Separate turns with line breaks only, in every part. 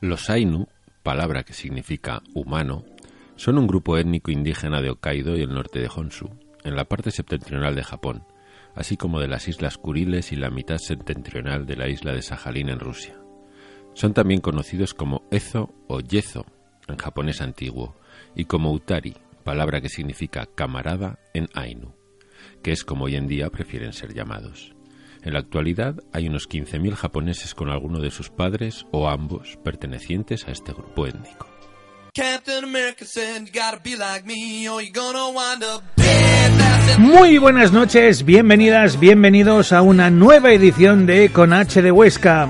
Los Ainu, palabra que significa humano, son un grupo étnico indígena de Hokkaido y el norte de Honshu, en la parte septentrional de Japón, así como de las islas Kuriles y la mitad septentrional de la isla de Sajalín en Rusia. Son también conocidos como Ezo o Yezo en japonés antiguo y como Utari, palabra que significa camarada en Ainu, que es como hoy en día prefieren ser llamados. En la actualidad hay unos 15.000 japoneses con alguno de sus padres o ambos pertenecientes a este grupo étnico.
Captain America said, You gotta be like me, or you're gonna wind up
Muy buenas noches, bienvenidas, bienvenidos a una nueva edición de Con H de Huesca.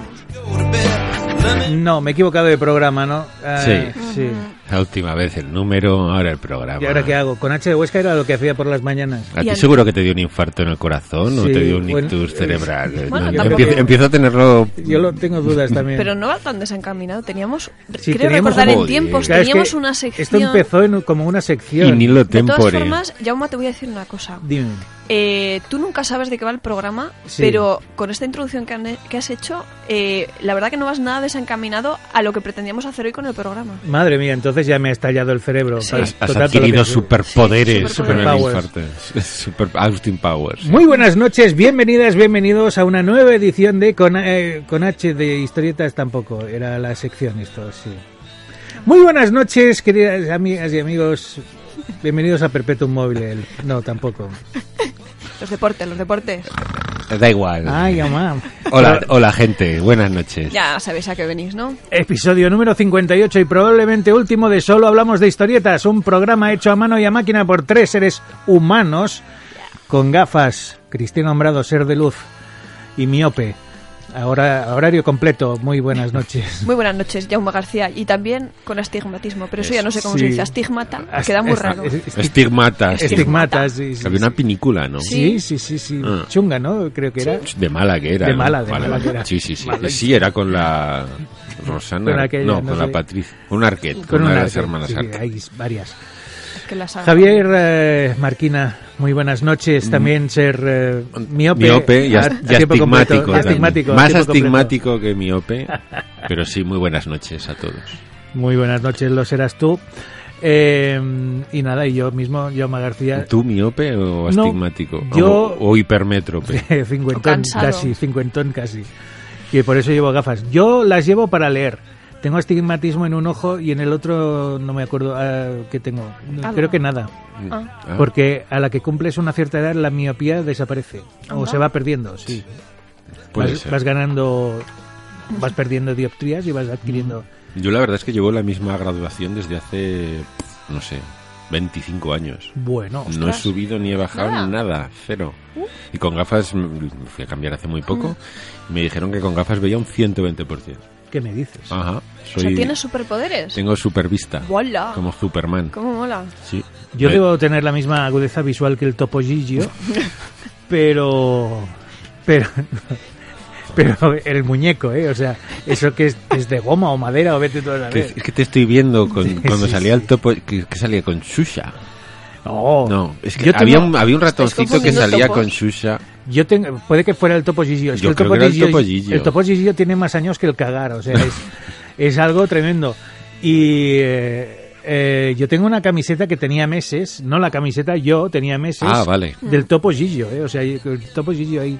No, me he equivocado de programa, ¿no? Eh,
Sí.
sí.
La última vez el número, ahora el programa.
¿Y ahora qué hago? Con H de Huesca era lo que hacía por las mañanas.
¿A
Y
ti
al-
seguro que te dio un infarto en el corazón o
Sí,
te dio un
bueno,
ictus
eh,
cerebral?
bueno,
No, yo
tampoco-
empiezo, empiezo a tenerlo...
Yo lo tengo dudas también.
Pero no va tan desencaminado. Teníamos,
Sí,
creo
teníamos ¿eh?
recordar
un-
en tiempos,
Claro, es que
teníamos una sección.
Esto empezó en- como una
Y
sección.
ni lo
De todas
tempore.
formas, Jauma, te voy a decir una cosa.
Dime.
Eh, tú nunca sabes de qué va el programa,
Sí.
pero con esta introducción que, han- que has hecho, eh, la verdad que no vas nada desencaminado a lo que pretendíamos hacer hoy con el programa.
Madre mía, entonces ya me ha estallado el cerebro.
Sí.
Para
Has, has
total, todo lo
adquirido
que-
superpoderes
Sí,
con el
superpowers.
infarto. Super Austin Powers.
Muy buenas noches, bienvenidas, bienvenidos a una nueva edición de Con, eh, con H de historietas tampoco, era la sección esto, sí. Muy buenas noches, queridas amigas y amigos, bienvenidos a Perpetuum Mobile, no, tampoco.
Los deportes, los deportes.
Da igual.
Ay, mamá.
Hola, hola gente, buenas noches.
Ya sabéis a qué venís, ¿no?
Episodio número 58 y probablemente último de Solo Hablamos de Historietas, un programa hecho a mano y a máquina por tres seres humanos con gafas, Cristina Hombrado, ser de luz y miope. Ahora, horario completo, muy buenas noches.
Muy buenas noches, Jauma García. Y también con astigmatismo, pero eso ya no sé cómo
Sí.
se dice, astigmata. Queda muy
Es-
raro.
Ah, es- es-
Estigmatas.
Estigmatas, sí, sí,
Había una pinícula, ¿no?
sí, sí, sí, sí.
Ah.
Chunga, ¿no? Creo que era.
De mala que era.
De
¿no?
mala, de mala que era.
Sí, sí, sí.
Mala.
Sí, era con la Rosana.
Con aquella,
no,
no
con
sé.
la Patricia. Con una Arquette, con, una
un
de las
arque,
hermanas
sí,
Arquette.
hay varias.
que la saga.
Javier eh, Marquina, muy buenas
Mm.
noches. También ser eh, miope.
y, as-
a-
y
a tiempo completo.
astigmático. también.
Astigmático, a
Más
tiempo
astigmático que miope. Pero sí, muy buenas noches a todos.
completo. Muy buenas noches, lo serás tú. Eh, y nada, y yo mismo, Jaume García.
¿Tú miope o
No,
astigmático? O-
yo-
O, hipermétrope.
cincuentón,
Cansado.
casi, cincuentón casi. Y por eso llevo gafas. Yo las llevo para leer. Tengo astigmatismo en un ojo y en el otro no me acuerdo ah, qué tengo. No,
Algo.
Creo que nada.
Ah.
Ah,
Porque a la que cumples una cierta edad la miopía desaparece. O
Anda.
se va perdiendo, sí.
puede
vas,
ser.
vas ganando, vas perdiendo dioptrías y vas adquiriendo.
Yo la verdad es que llevo la misma graduación desde hace, no sé, 25 años.
Bueno,
No he subido ni he bajado
Nada. Uh.
nada, cero. Y con gafas mm, fui a cambiar hace muy poco. Me dijeron que con gafas veía un 120%.
¿qué me dices?
Ajá.
O
Soy,
sea, tienes superpoderes.
Tengo supervista.
¡Hola!
Como Superman.
¿Cómo mola?
Sí.
Yo
Eh,
debo tener la misma agudeza visual que el Topo Gigio, pero, pero, pero el muñeco, ¿eh? O sea, eso que es, es de goma o madera o vete tú a
que-
saber.
es que te estoy viendo con, cuando
sí,
salía
sí.
el topo que, que salía con Shusha.
No,
No, es que
yo
había,
tengo-
un, había un ratoncito que
confundiendo
salía
topos.
con Shusha.
Yo tengo, puede que fuera el Topo Gigio. Es
Yo
que el
creo que
Topo,
era el
Gigio,
Topo Gigio.
el Topo Gigio tiene más años que el cagar, o sea, es, es algo tremendo. Y eh, eh, yo tengo una camiseta que tenía meses, no la camiseta, yo tenía meses.
Ah, vale.
Mm.
Del Topo Gigio, eh, o sea, el Topo Gigio ahí.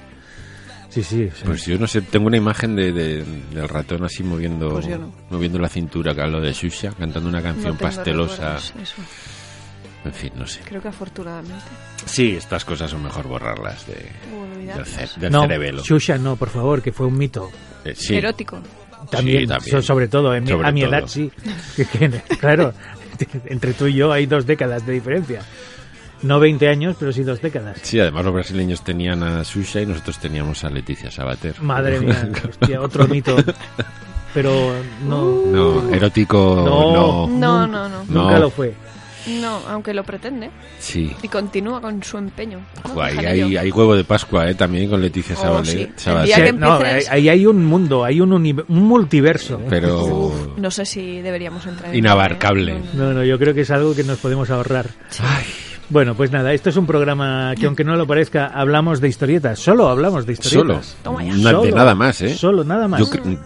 Sí, sí. o sea,
Pues yo no sé, tengo una imagen de, de- del ratón así moviendo
Pues yo no.
moviendo la cintura, que hablo de Shusha, cantando una
No
canción
tengo
pastelosa.
recuerdos, eso.
En fin, no sé.
Creo que afortunadamente.
Sí, estas cosas son mejor borrarlas de,
Tengo olvidadas.
del, ce- del
no,
cerebelo.
Shusha no, por favor, que fue un mito.
Eh, sí.
Erótico.
También,
Sí, también.
so- sobre todo, en mi-
Sobre
a mi
todo.
edad sí. Que- que- claro, entre tú y yo hay dos décadas de diferencia. No 20 años, pero sí dos décadas.
Sí, además los brasileños tenían a Susha y nosotros teníamos a Leticia Sabater.
Madre mía, hostia, otro mito. Pero no,
No, erótico no.
No.
No, no, no.
No.
nunca lo fue.
No, aunque lo pretende.
Sí.
Y continúa con su empeño. ¿no?
Jo, ahí
Déjale
hay,
yo.
hay huevo de Pascua, ¿eh? También con Leticia
Oh,
Sabale-
sí.
Sabater.
El día
Sí,
que
no, ahí
empieces-
ahí hay un mundo, hay un, uni- un multiverso.
Pero...
No sé si deberíamos entrar en ¿eh?
Inabarcable.
No, no.
No, no, yo creo que es algo que nos podemos ahorrar.
Ay,
Bueno, pues nada, esto es un programa que aunque no lo parezca, hablamos de historietas. Solo hablamos de
solo.
historietas.
Toma ya.
Na- de
Solo.
nada más, ¿eh?
Solo, nada más.
Yo, cre-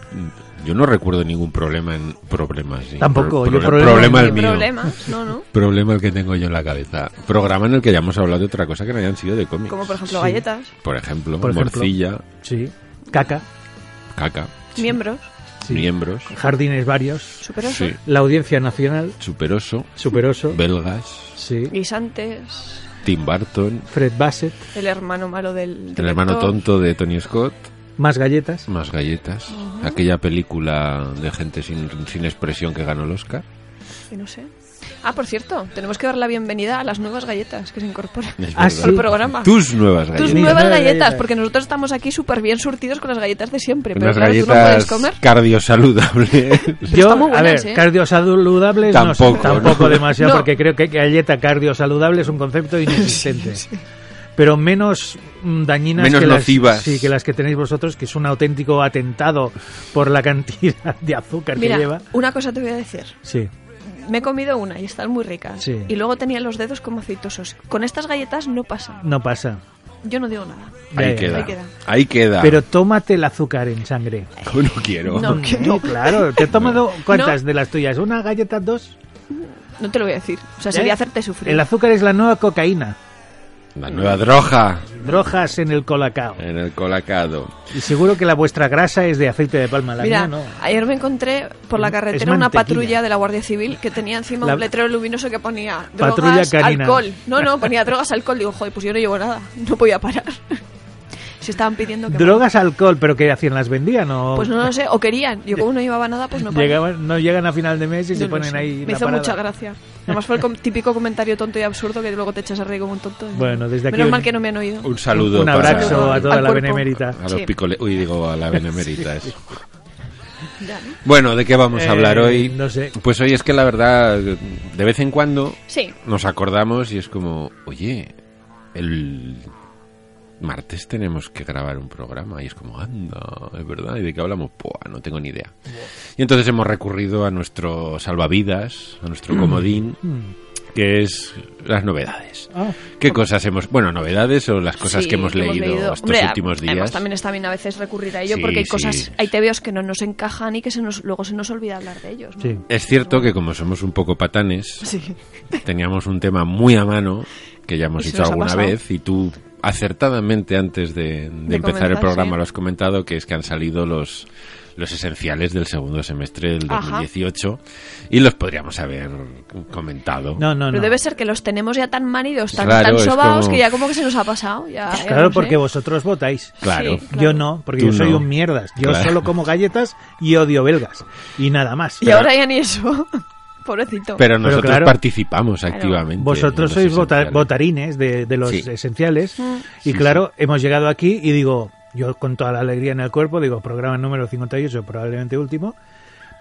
yo no recuerdo ningún problema en problemas. sí.
Tampoco, yo
Pro- pro-
problema-
problema el
Ni
mío.
Problemas, no, no.
Problema el que tengo yo en la cabeza. Programa en el que hayamos hablado de otra cosa que no hayan sido de cómics.
Como por ejemplo
Sí.
galletas,
Por ejemplo,
Por ejemplo.
morcilla,
Sí, caca,
caca,
miembros,
Sí.
miembros,
jardines varios,
superoso,
sí,
la audiencia nacional,
superoso,
superoso,
belgas,
sí,
guisantes,
Tim Burton,
Fred Bassett,
el hermano malo del.
el hermano
director.
tonto de Tony Scott,
más galletas.
más galletas, aquella película de gente sin, sin expresión que ganó el Oscar.
Y no sé. Ah, por cierto, tenemos que dar la bienvenida a las nuevas galletas que se incorporan
Es
Ah,
verdad.
sí.
al programa.
Tus nuevas galletas.
Tus
Mis
nuevas
nuevas
galletas,
galletas.
porque nosotros estamos aquí súper bien surtidos con las galletas de siempre, pero
Unas
claro, tú no
galletas
puedes comer.
cardiosaludables.
Yo,
están muy
a
buenas,
ver,
¿eh?
cardiosaludables no sé,
Tampoco,
tampoco
¿no?
demasiado,
No.
porque creo que galleta cardiosaludable es un concepto inexistente. Pero menos mm, dañinas
Menos
que,
nocivas.
Las, sí, que las que tenéis vosotros, que es un auténtico atentado por la cantidad de azúcar
Mira,
que lleva.
una cosa te voy a decir.
Sí,
Me he comido una y están muy ricas.
Sí.
Y luego tenía los dedos como aceitosos. Con estas galletas no pasa.
no pasa.
Yo no digo nada.
Ya,
Ahí
ya.
queda.
Ahí queda.
Ahí queda.
Pero tómate el azúcar en sangre.
Yo no quiero.
No. que no.
claro. ¿Te has tomado cuántas
No.
de las tuyas? ¿Una galleta, dos?
No te lo voy a decir. O sea, Pues
¿Eh?
sería hacerte sufrir.
El azúcar es la nueva cocaína.
La nueva droga
Drogas en el colacao.
en el colacado.
Y seguro que la vuestra grasa es de aceite de palma. La
Mira,
mía no.
ayer me encontré por la
Es
carretera una
mantequilla.
patrulla de la Guardia Civil que tenía encima
La-
un letrero luminoso que ponía drogas,
Patrulla canina.
alcohol. No, no, ponía drogas, alcohol. Digo, joder, pues yo no llevo nada. No podía parar. Se estaban pidiendo que...
Drogas, alcohol, pero ¿qué hacían? ¿Las vendían o...?
Pues no lo sé, o querían. Yo como no llevaba nada, pues no paré.
Llegaban, no llegan a final de mes y
No
se
lo
ponen
sé.
ahí
Me
la
hizo
parada.
mucha gracia. Además fue el com- típico comentario tonto y absurdo que luego te echas a reír como un tonto.
Bueno, desde aquí
Menos
un-
mal que no me han oído.
Un saludo.
Un abrazo
para-
a toda
Al
la
cuerpo.
benemérita.
para- a los
Sí.
picole- Uy, digo, a la benemérita. eso.
Ya, ¿no?
Bueno, ¿de qué vamos
Eh,
a hablar hoy?
no sé.
Pues hoy es que la verdad, de vez en cuando
Sí.
nos acordamos y es como, oye, el martes tenemos que grabar un programa y es como, anda, es verdad, ¿y de qué hablamos? Pua, no tengo ni idea. Y entonces hemos recurrido a nuestro salvavidas, a nuestro comodín,
Mm.
que es las novedades.
Ah,
¿Qué cosas hemos, bueno, novedades o las cosas
Sí,
que hemos leído, estos
Hombre,
últimos días?
Además, también está bien a veces recurrir a ello
Sí,
porque hay
sí.
cosas, hay tebeos que no nos encajan y que se nos, luego se nos olvida hablar de ellos. ¿no?
sí.
Es cierto que como somos un poco patanes,
Sí.
teníamos un tema muy a mano que ya hemos
Y se
dicho
nos ha
alguna
pasado.
vez y tú acertadamente antes de, de empezar el
comenzar,
programa
sí.
lo has comentado que es que han salido los los esenciales del segundo semestre del
Ajá.
2018 y los podríamos haber comentado.
No, no,
Pero
no.
debe ser que los tenemos ya tan manidos, tan,
Claro,
tan
es
sobaos,
como-
que ya como que se nos ha pasado. Ya, ya
Pues Claro,
no sé.
porque vosotros votáis.
Claro.
Sí.
Yo no, porque
Tú
yo soy
no.
un mierdas. Yo
Claro.
solo como galletas y odio belgas. Y nada más.
Y ahora ya ni eso. Pobrecito.
Pero nosotros
claro.
participamos activamente. en
Vosotros
los
sois vota-
esenciales.
votarines de, de los
Sí.
esenciales. Y
Sí,
claro, hemos llegado aquí y digo, yo con toda la alegría en el cuerpo, digo, programa número 58, probablemente último.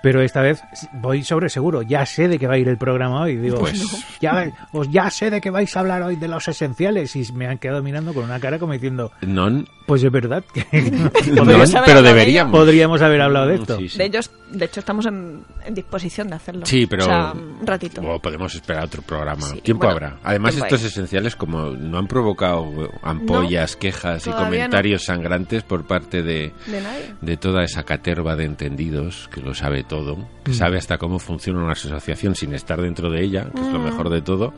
Pero esta vez voy sobre seguro, ya sé de qué va a ir el programa hoy. Digo,
Pues-
ya, os ya sé de qué vais a hablar hoy de los esenciales. Y me han quedado mirando con una cara como diciendo,
Non,
pues es verdad que
non,
Podrías haber hablado
pero
de
deberíamos.
podríamos haber hablado de esto.
Sí, sí.
De, ellos, de hecho, estamos en, en disposición de hacerlo.
Sí, pero-
O sea, un ratito.
O podemos esperar otro programa.
Sí,
tiempo
bueno,
habrá. Además,
tiempo
estos esenciales, como no han provocado ampollas, quejas y
todavía no.
comentarios sangrantes por parte de,
De nadie.
de toda esa caterva de entendidos que lo sabe todo,
Mm.
que sabe hasta cómo funciona una asociación sin estar
Mm.
dentro de ella, que es lo mejor de todo.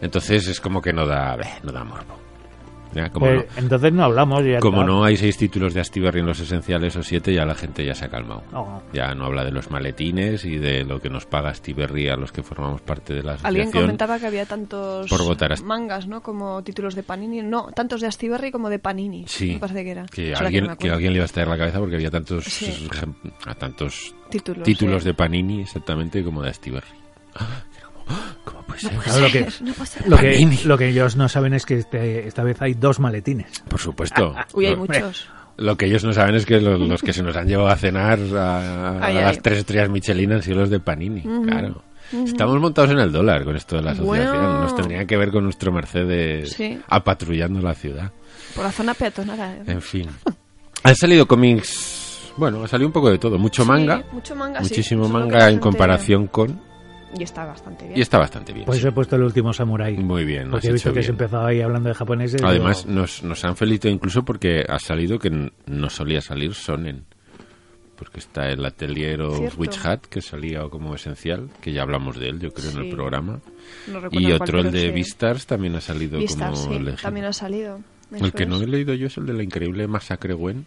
Entonces es como que no da, beh, no da morbo. Ya, como
Pues, Entonces no hablamos. y ya
no, como
está.
no hay seis títulos de Astiberri en los esenciales o siete, ya la gente ya se ha calmado.
No.
Ya no habla de los maletines y de lo que nos paga Astiberri a los que formamos parte de la
Alguien
asociación.
comentaba que había tantos
Por votar a-
mangas, ¿no? Como títulos de Panini. No, tantos de Astiberri como de Panini.
Sí,
Me parece que era.
que
Ahora
alguien,
me
que
acuerdo.
alguien le iba a estallar la cabeza porque había tantos,
Sí.
ejem- a tantos
Títulos, ¿eh?
títulos
sí.
de Panini exactamente como de Astiberri. Ah, era como, ah, ¿Cómo puede ser?
Claro, lo, que,
Pues No pasa nada.
lo, que,
Panini.
lo que ellos no saben es que este- esta vez hay dos maletines.
Por supuesto.
Ah, Uy, hay
Lo-
muchos.
Lo que ellos no saben es que los, los que se nos han llevado a cenar a, a
Ay, ay.
las tres estrellas Michelin han sido los de Panini, claro. Estamos montados en el dólar con esto de la asociación.
Bueno.
Nos tendrían que ver con nuestro Mercedes
Sí.
apatrullando la ciudad.
Por la zona peatonal. ¿eh?
En fin. Han salido cómics... Bueno, ha salido un poco de todo. Mucho
Sí,
manga.
mucho manga, sí.
Muchísimo
Eso es lo que
manga
la
en
gente-
comparación con...
Y está bastante bien.
Y está bastante bien.
Por
sí.
eso he puesto el último samurái.
Muy bien.
Porque
has
he visto
hecho
que se
bien.
empezaba ahí hablando de japoneses.
Además,
digo,
nos, nos han felicitado incluso porque ha salido que n- no solía salir Sonen. Porque está el atelier of
Cierto.
Witch Hat, que salía como esencial, que ya hablamos de él, yo creo, en el
Sí.
programa.
No recuerdo
Y
cuál,
otro, el
pero sí.
de Beastars, también ha salido
Vistas,
como
sí,
elegido.
también ha salido. Eso
El que no
es.
he leído yo es el de la increíble Masacre Gwen,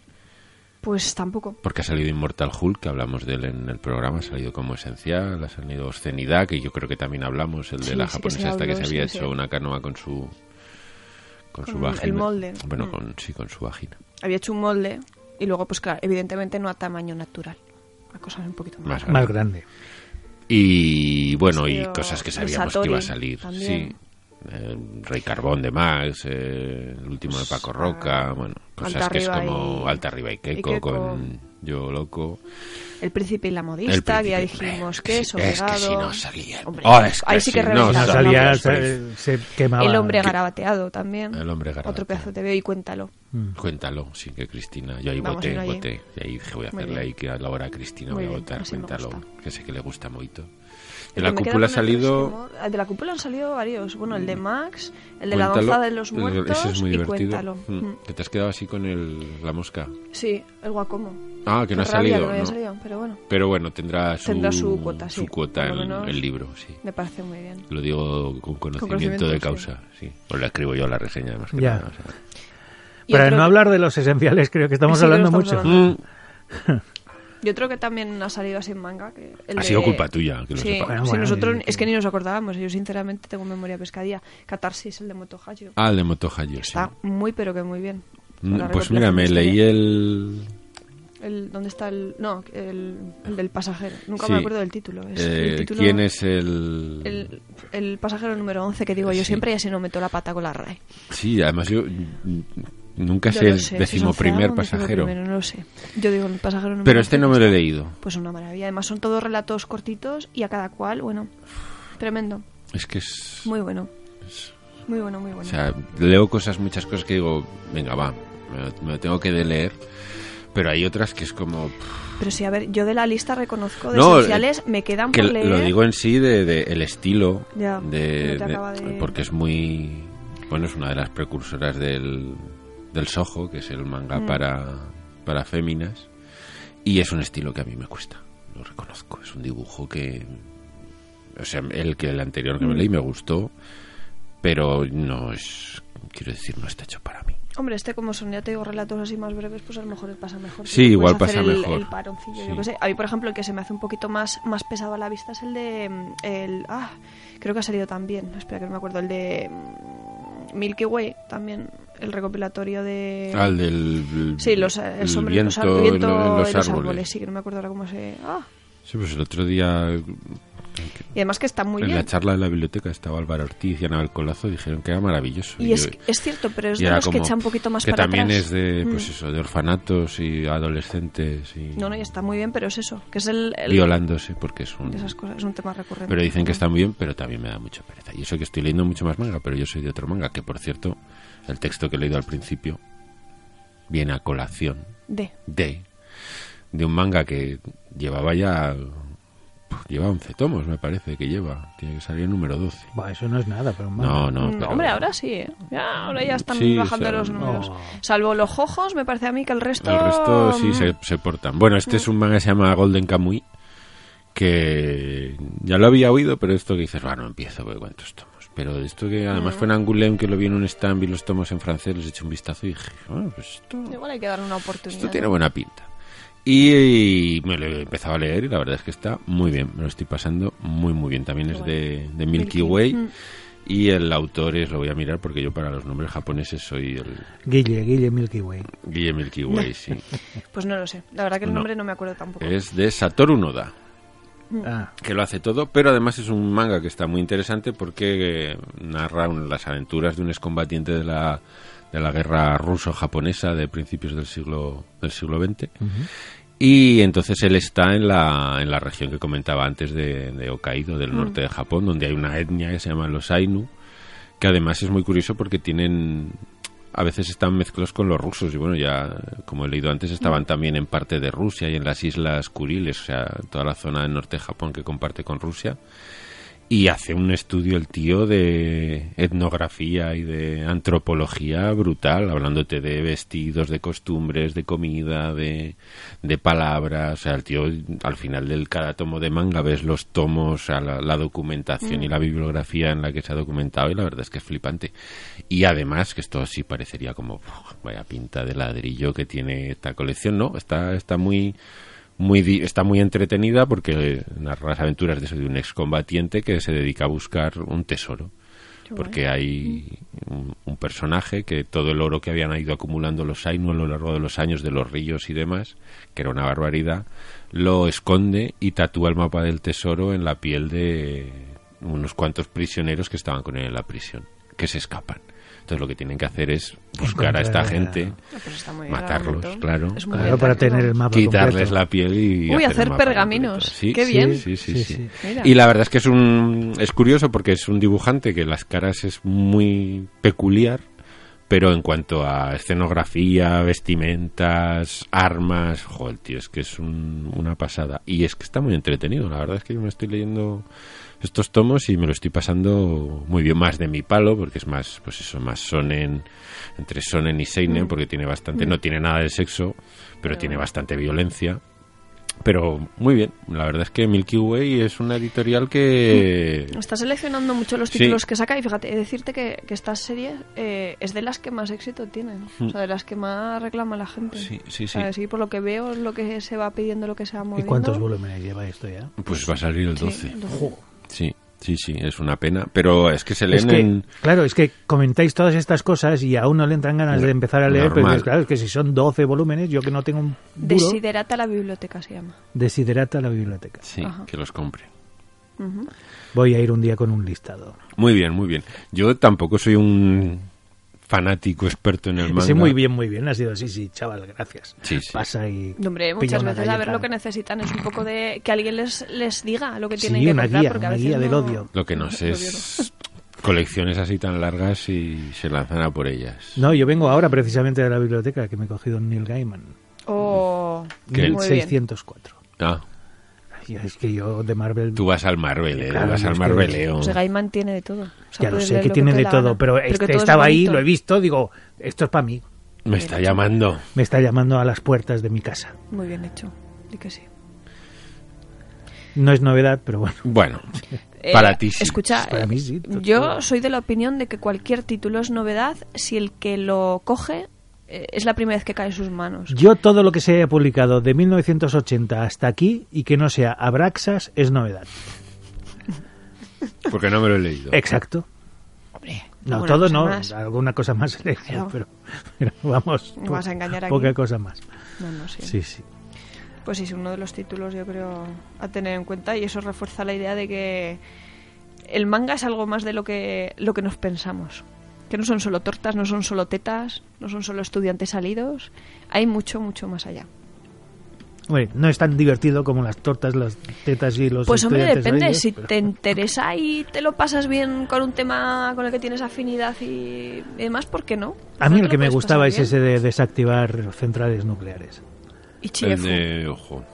Pues tampoco.
porque ha salido Immortal Hulk, que hablamos de él en el programa, ha salido como esencial, ha salido Obscenidad, que yo creo que también hablamos, el de
Sí,
la
sí que se
japonesa hasta que
habló,
se había
sí,
hecho
sí.
una canoa con su... Con, su
Con el
vagina.
molde.
Bueno,
Mm.
con, sí, con su vagina.
Había hecho un molde y luego, pues claro, evidentemente no a tamaño natural. A cosas un poquito
Más
más.
Más grande.
Y bueno, y
Pero
cosas que
Pues el
sabíamos que
Satori
iba a salir.
también.
Sí. Eh, Rey Carbón de Max, eh, el último de Paco Roca,
ah,
bueno, cosas
Alta
que es
Arriba
como
y-
Alta Arriba y Keiko,
y Keiko.
con Yo Loco.
El príncipe y la modista,
El
que ya
príncipe.
dijimos
Eh,
que es
es que
obligado.
si no salía-
Hombre,
Oh, es que
ahí sí que
si no
revisamos
No,
Claro,
salía,
claro,
se, se quemaba.
El hombre garabateado también.
El hombre
Otro
garabateado.
pedazo te veo y cuéntalo.
Cuéntalo, sí, que Cristina. Yo ahí
Vamos,
voté,
yo no llegué.
voté. Y ahí dije, voy a
Muy
hacerle
bien.
ahí que a la hora Cristina
Muy
voy a
bien,
votar.
así me
Cuéntalo,
gusta.
que sé que le gusta mucho. De
El
la
que me queda
cúpula ha
con el
salido. Mm.
resquemor- ah, De la cúpula han salido varios. Bueno, el de Max, el de la
Cuéntalo.
danza de los
Ese
muertos
es muy
y
divertido.
cuéntalo.
Mm.
Mm.
Que te has quedado así con el, la mosca.
Sí, el guacomo.
Ah, que
Qué
no ha
rabia
salido.
que no
no.
haya salido, pero bueno,
Pero bueno, tendrá su,
Tendrá su cuota, sí.
su cuota
Por lo
en
menos-
el libro, sí.
me parece muy bien.
Lo digo con conocimiento,
conocimiento,
de
sí.
causa, sí. O la escribo yo la reseña, más que
Ya.
nada. o sea.
Y
Para
otro
no
que-
hablar de los esenciales, creo que estamos
Sí, creo que
hablando
estamos
mucho.
hablando.
Mm,
Y otro que también ha salido así en manga. Que el
Ha
de-
sido culpa tuya, que lo
sí,
sepa.
Bueno, Ah,
sí,
bueno,
nosotros
y-
es que ni nos acordábamos. Yo sinceramente tengo memoria pescadilla. Catarsis, el de Moto Hayo.
Ah, el de Moto Hayo, sí.
Está muy pero que muy bien.
Mm,
Para
Pues
recopilación
mira, me
de
leí
historia.
el,
El- ¿Dónde está el...? No, el, el del pasajero. Nunca
Sí.
me acuerdo del título. Es
eh,
el título
¿Quién es el...?
El, el pasajero número 11 que digo yo
Sí.
siempre y así no meto la pata con la RAE.
Sí, además yo mm, nunca
Yo
sé
no
el
sé, si es
decimoprimer
onceavo o
pasajero.
decimoprimero, no lo sé. Yo digo el pasajero número
Pero este
11,
no me lo he leído.
Pues una maravilla. Además son todos relatos cortitos y a cada cual, bueno, tremendo.
Es que es...
Muy bueno. Muy bueno, muy bueno.
O sea, leo cosas, muchas cosas que digo, venga, va, me lo, me lo tengo que de leer. Pero hay otras que es como... pff,
Pero sí, a ver, yo de la lista reconozco de
No, eh,
esenciales, me quedan
que
por
l-
leer.
lo digo en sí de, de el estilo.
¿eh?
de,
Ya, no te
de-
acaba de-
Porque es muy... Bueno, es una de las precursoras del, del Soho, que es el manga
Mm.
para, para féminas. Y es un estilo que a mí me cuesta, lo reconozco. Es un dibujo que... O sea, el que el anterior
Mm.
que me leí me gustó, pero no es... Quiero decir, no está hecho para mí.
Hombre, este como son, ya te digo, relatos así más breves, pues a lo mejor pasa mejor.
Sí,
Puedes
igual
hacer
pasa
el-
mejor.
El paroncillo,
Sí.
yo qué sé. A mí, por ejemplo, el que se me hace un poquito más, más pesado a la vista es el de... mm, El, ah, creo que ha salido también, espera que no me acuerdo, el de mm, Milky Way, también, el recopilatorio de...
Al del
Eh, Sí, los, eh, el
Ah, el
sombre- los
viento
ar-
en
viento
lo- en
de los árboles, sí, que no me acuerdo ahora cómo se... Ah.
Sí, pues el otro día
Y además que está muy
en
bien.
la charla de la biblioteca estaba Álvaro Ortiz y Anabel Colazo dijeron que era maravilloso.
Y
yo-
es, es cierto, pero es
y
de
era
los que
como,
echa un poquito más
que
para
también
atrás.
es de pues
Mm.
eso, de orfanatos y adolescentes y
No, no, y está muy bien, pero es eso, que es el... el-
violándose porque es un
de esas cosas, es un tema recurrente.
pero dicen que está muy bien, pero también me da mucha pereza. Y eso que estoy leyendo mucho más manga, pero yo soy de otro manga que por cierto, el texto que he leído al principio viene a colación
De.
de, de un manga que llevaba ya. puf, Lleva 11 tomos, me parece que lleva. Tiene que salir el número 12.
Buah, eso no es nada, pero
No,
bueno.
no.
Mm,
pero-
Hombre, ahora sí, ¿eh? Ya, ahora ya están
Sí,
bajando
o sea,
los
no.
números. Salvo los ojos, me parece a mí que el resto...
El resto sí
mm,
se, se portan. Bueno, este es un manga que se llama Golden Kamui. Que ya lo había oído, pero esto que dices, bueno, empiezo porque cuántos tomos. Pero de esto que además fue en Angoulême que lo vi en un stand, vi los tomos en francés, les eché un vistazo y dije, bueno, pues esto,
mm, Igual hay que darle una oportunidad.
esto tiene buena pinta. Y, y me lo he empezado a leer y la verdad es que está muy bien, me lo estoy pasando muy muy bien. También es de, de Milky
Milky,
Way
mm.
y el autor es, lo voy a mirar porque yo para los nombres japoneses soy el
Guille, Guille Milky Way.
Guille Milky Way, sí.
Pues no lo sé. La verdad que el
No.
nombre no me acuerdo tampoco.
Es de Satoru Noda.
Mm.
Ah,
que lo hace todo, pero además es un manga que está muy interesante porque eh, narra un- las aventuras de un excombatiente de la, de la guerra ruso-japonesa de principios del siglo, del siglo XX. Y entonces él está en la, en la región que comentaba antes de, de Hokkaido, del norte de Japón, donde hay una etnia que se llama los Ainu, que además es muy curioso porque tienen a veces están mezclados con los rusos y bueno ya como he leído antes estaban también en parte de Rusia y en las islas Kuriles o sea toda la zona del norte de Japón que comparte con Rusia y hace un estudio el tío de etnografía y de antropología brutal hablándote de vestidos de costumbres de comida de, de palabras o sea el tío al final del cada tomo de manga ves los tomos o sea, la, la documentación y la bibliografía en la que se ha documentado y la verdad es que es flipante y además, que esto sí parecería como "Uf, vaya pinta de ladrillo que tiene esta colección, ¿no? Está, está muy muy di- está muy entretenida porque narra las aventuras de, eso, de un excombatiente que se dedica a buscar un tesoro. Porque hay un, un personaje que todo el oro que habían ido acumulando los Ainu a lo largo de los años de los ríos y demás, que era una barbaridad, lo esconde y tatúa el mapa del tesoro en la piel de unos cuantos prisioneros que estaban con él en la prisión, que se escapan. Entonces lo que tienen que hacer es buscar a esta
Encontrar a-
gente,
Ah, pues está muy bien,
matarlos,
Roberto.
claro,
Es muy
claro,
bien,
para
tranquilo.
tener el mapa
quitarles
completo.
la piel y
Uy, hacer
el mapa
pergaminos.
completo. Sí,
Qué
sí,
bien.
sí, sí,
Sí,
sí.
sí.
Mira.
Y la verdad es que es un es curioso porque es un dibujante que las caras es muy peculiar, pero en cuanto a escenografía, vestimentas, armas, joder, tío, es que es un- una pasada y es que está muy entretenido. La verdad es que yo me estoy leyendo estos tomos y me lo estoy pasando muy bien más de mi palo porque es más pues eso más sonen entre sonen y seinen porque tiene bastante no tiene nada de sexo pero tiene bastante violencia pero muy bien la verdad es que Milky Way es una editorial que
Está seleccionando mucho los
Sí.
títulos que saca y fíjate, he de decirte que, que esta serie eh, es de las que más éxito tienen, o sea, de las que más reclama la gente.
Mm. Sí, sí,
O sea,
sí.
por lo que veo, lo que se va pidiendo, lo que se va
¿Y
moviendo.
cuántos volúmenes lleva esto ya?
pues va a salir el
Sí,
12
doce.
sí sí sí es una pena pero es que se leen
Es que,
en-
Claro, es que comentáis todas estas cosas y a uno le entran ganas de empezar a leer, pero
Normal.
dices, claro, es que si son 12 volúmenes, yo que no tengo un duro,
Desiderata la biblioteca se llama.
desiderata la biblioteca.
sí
Ajá.
que los compre
Ujú.
Voy a ir un día con un listado.
muy bien muy bien yo tampoco soy un fanático experto en el manga
Sí, muy bien, muy bien, ha sido así, sí, chaval, gracias.
Sí, sí.
Pasa y
No, Hombre,
pilla
muchas
una
veces a ver
galleta.
lo que necesitan es un poco de que alguien les, les diga lo que
Sí,
tienen que
una
comprar.
guía,
porque a
una
veces
guía del
no-
odio.
Lo que no sé
Lo
es colecciones así tan largas y se lanzan a por ellas.
No, yo vengo ahora precisamente de la biblioteca que me he cogido un Neil Gaiman,
Oh,
Que el-
muy bien.
1604.
Ah,
Ay, es que yo de Marvel...
tú vas al Marvel, eh,
Claro,
vas al
es que-
Marveleo.
O sea, Pues Gaiman tiene de todo. O sea,
Ya lo
puedes
sé
leer
que
lo
tiene
te
de
la
todo,
gana.
pero
que
este-
todo es
estaba ahí,
bonito.
lo he visto, digo, esto es para mí.
Me está llamando.
Me está llamando a las puertas de mi casa.
Muy bien hecho, di que sí.
No es novedad, pero bueno.
Bueno,
Eh,
para ti sí.
Escucha,
Pues Para mí sí,
eh,
total.
yo soy de la opinión de que cualquier título es novedad si el que lo coge eh, es la primera vez que cae en sus manos.
Yo todo lo que se haya publicado de 1980 hasta aquí y que no sea Abraxas es novedad.
Porque no me lo he leído.
Exacto.
Hombre,
No,
alguna
todo
cosa
no.
pues más.
Alguna cosa más he leído,
Claro.
pero, pero vamos.
No vas a engañar aquí.
Poca cosa más.
No, no, sí.
Sí, sí.
Pues sí, es uno de los títulos, yo creo, a tener en cuenta y eso refuerza la idea de que el manga es algo más de lo que, lo que nos pensamos. Que no son solo tortas, no son solo tetas, no son solo estudiantes salidos. Hay mucho, mucho más allá.
Hombre, no es tan divertido como las tortas, las tetas y los.
Pues hombre,
estudiantes
depende.
reyes,
si
pero-
te interesa y te lo pasas bien con un tema con el que tienes afinidad y, y demás, ¿por qué no?
A mí
Creo
el que
lo
me
puedes
gustaba es
pasar
ese de desactivar centrales nucleares.
bien. Y
El
Chiefu.
de- ojo.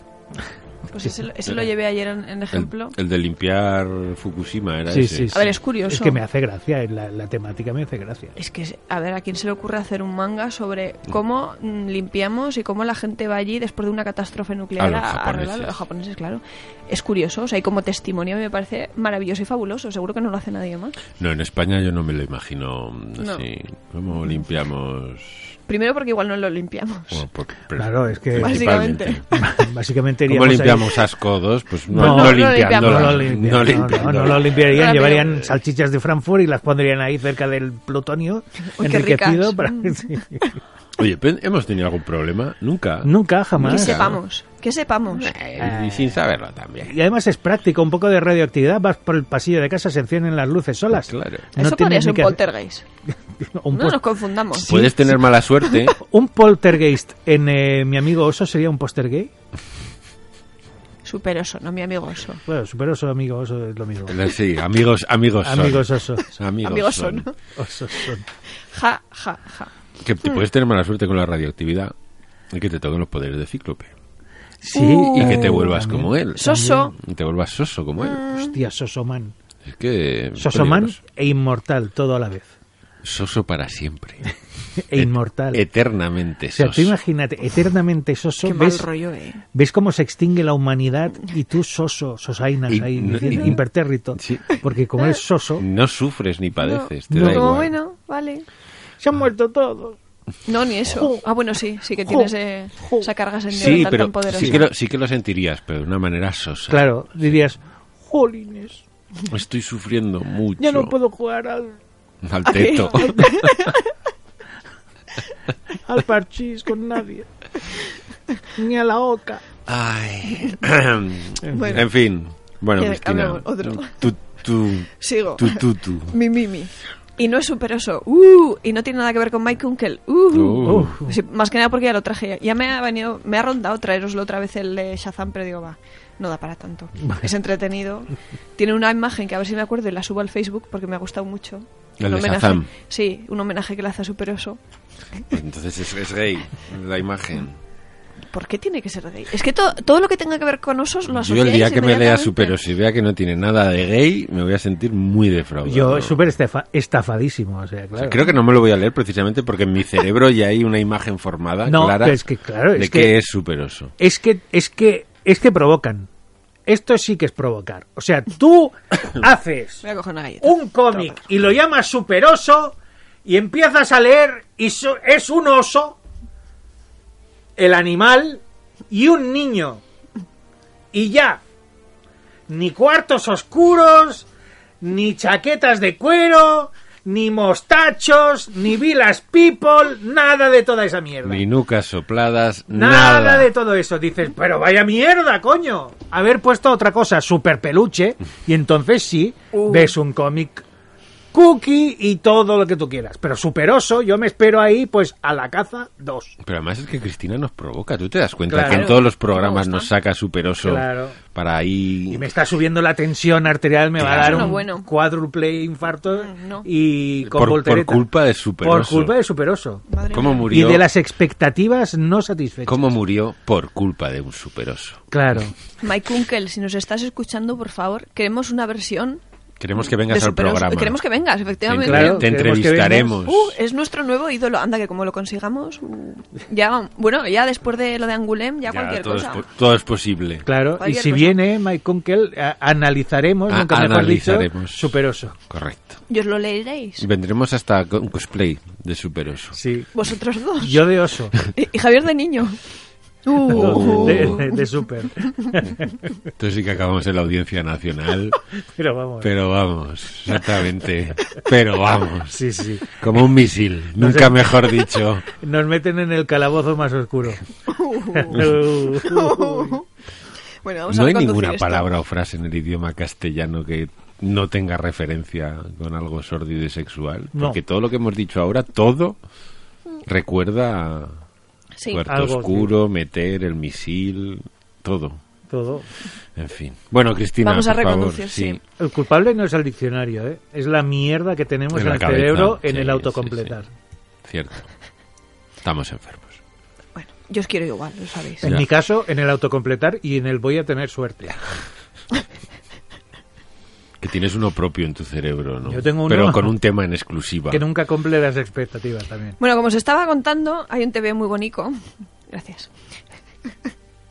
Pues ese, lo- ese lo llevé ayer en, en
El,
ejemplo.
el de limpiar Fukushima era
Sí,
ese.
sí, sí.
A ver, es curioso.
Es que me hace gracia, eh, la, la temática me hace gracia.
Es que, a ver, ¿a quién se le ocurre hacer un manga sobre cómo mm, limpiamos y cómo la gente va allí después de una catástrofe nuclear
A los
a- a arreglarlo?
japoneses.
Los japoneses, claro. Es curioso, o sea, y como testimonio me parece maravilloso y fabuloso. Seguro que no lo hace nadie más.
No, en España yo no me lo imagino mm,
No.
así. ¿Cómo limpiamos?
Primero porque igual no lo limpiamos.
Bueno, por- pre-
Claro, es que-
principalmente.
Básicamente.
Básicamente
¿Cómo
iríamos ahí-
limpiamos asco 2? Pues no,
No,
no,
no lo
limpiando.
No
limpiamos.
lo,
no
limpian, no,
limpiando.
no, no lo limpiarían,
Rápido.
llevarían salchichas de Frankfurt y las pondrían ahí cerca del plutonio
Uy, qué
enriquecido.
ricas.
para-
Mm.
sí.
Oye, ¿pe- ¿hemos tenido algún problema? Nunca.
Nunca,
que
jamás.
sepamos, que sepamos.
Eh, Y sin saberlo también.
Y además es práctico, un poco de radioactividad, vas por el pasillo de casa, se encienden las luces solas.
Claro.
No
Eso podría
tienes ni
ser un
que hacer-
poltergeist.
un
No
pos-
nos confundamos.
Puedes tener mala suerte.
un poltergeist en eh, mi amigo Oso sería un poltergeist.
Super oso, no mi amigo oso.
Bueno, super Oso, amigo Oso es lo mismo.
Sí, amigos, amigos son.
Amigos Oso.
Amigos
Amigos
son.
son.
Osos son.
Ja, ja, ja.
Que te puedes tener mala suerte con la radioactividad y que te toquen los poderes de Cíclope.
Sí,
Uh.
Y que te vuelvas como él.
Soso. Ah.
Y te vuelvas soso como él.
Hostia, Sosoman.
Es que...
Sosoman
peligroso.
e inmortal, todo a la vez.
Soso para siempre.
E inmortal.
Eternamente
o sea,
soso.
tú imagínate, eternamente soso,
Qué mal
ves,
rollo, eh.
ves cómo se extingue la humanidad y tú soso, sosainas
Y-
ahí,
no-
diciendo,
y-
impertérrito,
Sí.
porque como eres soso,
No sufres ni padeces. te
No.
da
Como
igual.
bueno, vale.
se han muerto todos.
No, ni eso. Ah, bueno, sí, sí que tienes eh, esa carga sentimental
Sí, pero
tan poderosa.
sí que, lo, sí que lo sentirías, pero de una manera sosa.
Claro, dirías, jolines,
Estoy sufriendo mucho
ya no puedo jugar al,
al teto.
al parchís con nadie, ni a la oca.
Ay.
Bueno.
En fin. Bueno,
Ya,
Cristina.
hablamos, otro.
Tú, tú,
Sigo.
tú, tú, tú.
Mi, mi, mi. Y no es superoso. Uh, y no tiene nada que ver con Mike Unkel. Uh.
Uh.
Sí, más que nada porque ya lo traje. Ya me ha venido, me ha rondado traeroslo otra vez el de Shazam, pero digo, va, no da para tanto. Es entretenido. Tiene una imagen que a ver si me acuerdo y la subo al Facebook porque me ha gustado mucho.
El
Un
de
homenaje-
Shazam.
Sí, un homenaje que le hace a Superoso.
Pues entonces es, es gay la imagen.
¿Por qué tiene que ser gay? Es que to- todo lo que tenga que ver con osos lo
Yo el día
asociáis
que me lea
inmediatamente.
Superos y vea que no tiene nada de gay, me voy a sentir muy defraudado.
Yo súper estafa- estafadísimo, o
O
sea,
sea,
claro.
Creo que no me lo voy a leer precisamente porque en mi cerebro ya hay una imagen formada
No,
clara
pero es que, claro,
de
es
qué
que-
es superoso.
es que es que es que provocan. Esto sí que es provocar. O sea, tú haces
Voy a coger una galleta.
un cómic y lo llamas superoso y empiezas a leer y so- es un oso, el animal y un niño. Y ya. Ni cuartos oscuros, ni chaquetas de cuero, ni mostachos, ni vilas people, nada de toda esa mierda.
Ni nucas sopladas,
Nada,
nada.
de todo eso. Dices, pero vaya mierda, coño. Haber puesto otra cosa, super peluche, y entonces sí, ves un cómic cookie y todo lo que tú quieras. Pero superoso, yo me espero ahí, pues, a la caza 2.
Pero además es que Cristina nos provoca. ¿Tú te das cuenta
Claro.
que en todos los programas
Me gusta.
nos saca superoso
Claro.
para
Y
ahí...
me está subiendo la tensión arterial, me va a dar
Claro,
un
bueno.
cuádruple infarto
no.
y
Mm,
con
Por- por
voltereta.
culpa de superoso.
Por culpa de superoso.
Madre
¿Cómo
mía.
Y
murió?
de las expectativas no satisfechas.
¿Cómo murió? Por culpa de un superoso.
Claro.
Mike Unkel, si nos estás escuchando, por favor, queremos una versión
Queremos que vengas
de
al
Superoso.
programa.
Queremos que vengas,
Te,
efectivamente.
entre-
Claro,
te
queremos que
entrevistaremos.
Uh, es nuestro nuevo ídolo. Anda, que como lo consigamos, uh, ya, bueno, ya después de lo de Angulem, ya,
Ya,
cualquier
todo,
cosa.
Es, po- todo es posible.
Claro, y
Cualquier
si
cosa.
viene Mike Kunkel, a- analizaremos,
A-
nunca mejor dicho,
Ah, analizaremos.
superoso.
Correcto.
Y os lo leeréis,
Vendremos hasta con un cosplay de superoso.
Sí.
vosotros dos.
Yo de oso.
Y, y Javier de niño. Uh,
Oh.
uh,
de, de- de súper.
Entonces sí que acabamos en la audiencia nacional.
Pero vamos.
Pero vamos, exactamente. Pero vamos.
Sí, sí.
Como un misil. Nunca mejor dicho.
Nos meten en el calabozo más oscuro.
Bueno, vamos a
No hay
reconducir
ninguna
esto.
palabra o frase en el idioma castellano que no tenga referencia con algo sórdido y sexual.
No.
Porque todo lo que hemos dicho ahora, todo recuerda a
Sí.
Puerto
Algo, sí.
Oscuro, meter, el misil, todo.
Todo.
En fin. Bueno, Cristina,
Vamos a
por favor,
reconducir, sí.
El culpable no es el diccionario, ¿eh? es la mierda que tenemos en,
la
el
cabeza,
cerebro en
sí,
el
sí,
autocompletar.
sí. Cierto. Estamos enfermos.
Bueno, Yo os quiero igual, lo sabéis.
En
Ya.
mi caso, en el autocompletar y en el voy a tener suerte.
Que tienes uno propio en tu cerebro, ¿no?
Yo tengo uno.
Pero con un tema en exclusiva.
Que nunca cumple las expectativas también.
Bueno, como os estaba contando, hay un TV muy bonito. Gracias.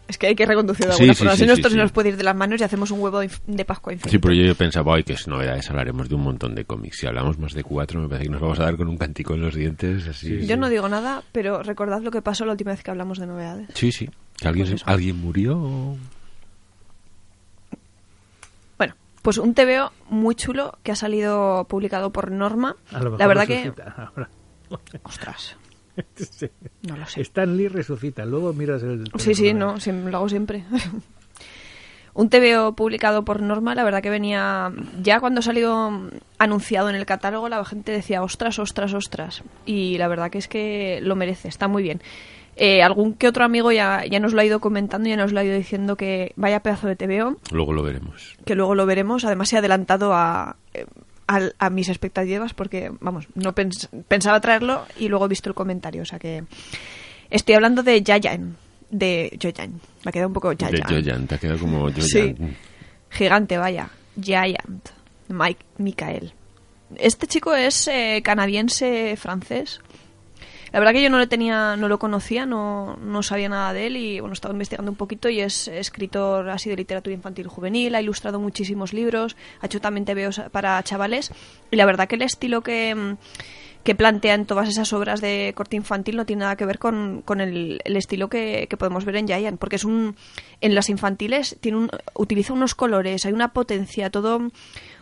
Es que hay que reconducir de
Sí,
alguna
sí,
forma.
sí,
si no,
sí,
esto se
sí.
nos puede ir de las manos y hacemos un huevo de inf- de Pascua infinito.
Sí, pues, pero yo pensaba, ay, que es novedades, hablaremos de un montón de cómics. Si hablamos más de cuatro, me parece que nos vamos a dar con un cantico en los dientes, así.
Yo no digo nada, pero recordad lo que pasó la última vez que hablamos de novedades.
Sí, sí. Que alguien,
Pues
se- alguien murió.
Bueno, pues un TVO muy chulo que ha salido publicado por Norma.
A lo mejor
La verdad que...
resucita ahora.
Ostras,
Sí.
no lo sé.
Stan Lee resucita, luego miras el...
Sí, sí,
teléfono.
no, siem- lo hago siempre. Un TVO publicado por Norma, la verdad que venía. Ya cuando salió mm, anunciado en el catálogo, la gente decía ostras, ostras, ostras. Y la verdad que es que lo merece, está muy bien. Eh, algún que otro amigo ya, ya nos lo ha ido comentando, ya nos lo ha ido diciendo que vaya pedazo de TVO,
Luego lo veremos.
que luego lo veremos. Además, se ha adelantado a, eh, al- a mis expectativas porque, vamos, no pens- pensaba traerlo y luego he visto el comentario. O sea que estoy hablando de Jayan, de Joyan. Me ha quedado un poco
De
Jayan.
Joyan, te ha quedado como Joyan.
Sí. Gigante, vaya. Giant. Mike Michael. Este chico es eh, canadiense francés. La verdad que yo no le tenía, no lo conocía, no, no sabía nada de él y bueno, estaba investigando un poquito y es escritor así de literatura infantil y juvenil, ha ilustrado muchísimos libros, ha hecho también TVOs para chavales y la verdad que el estilo que, mm, que plantea en todas esas obras de corte infantil no tiene nada que ver con, con el, el estilo que, que podemos ver en Giant, porque es un en las infantiles tiene un, utiliza unos colores, hay una potencia, todo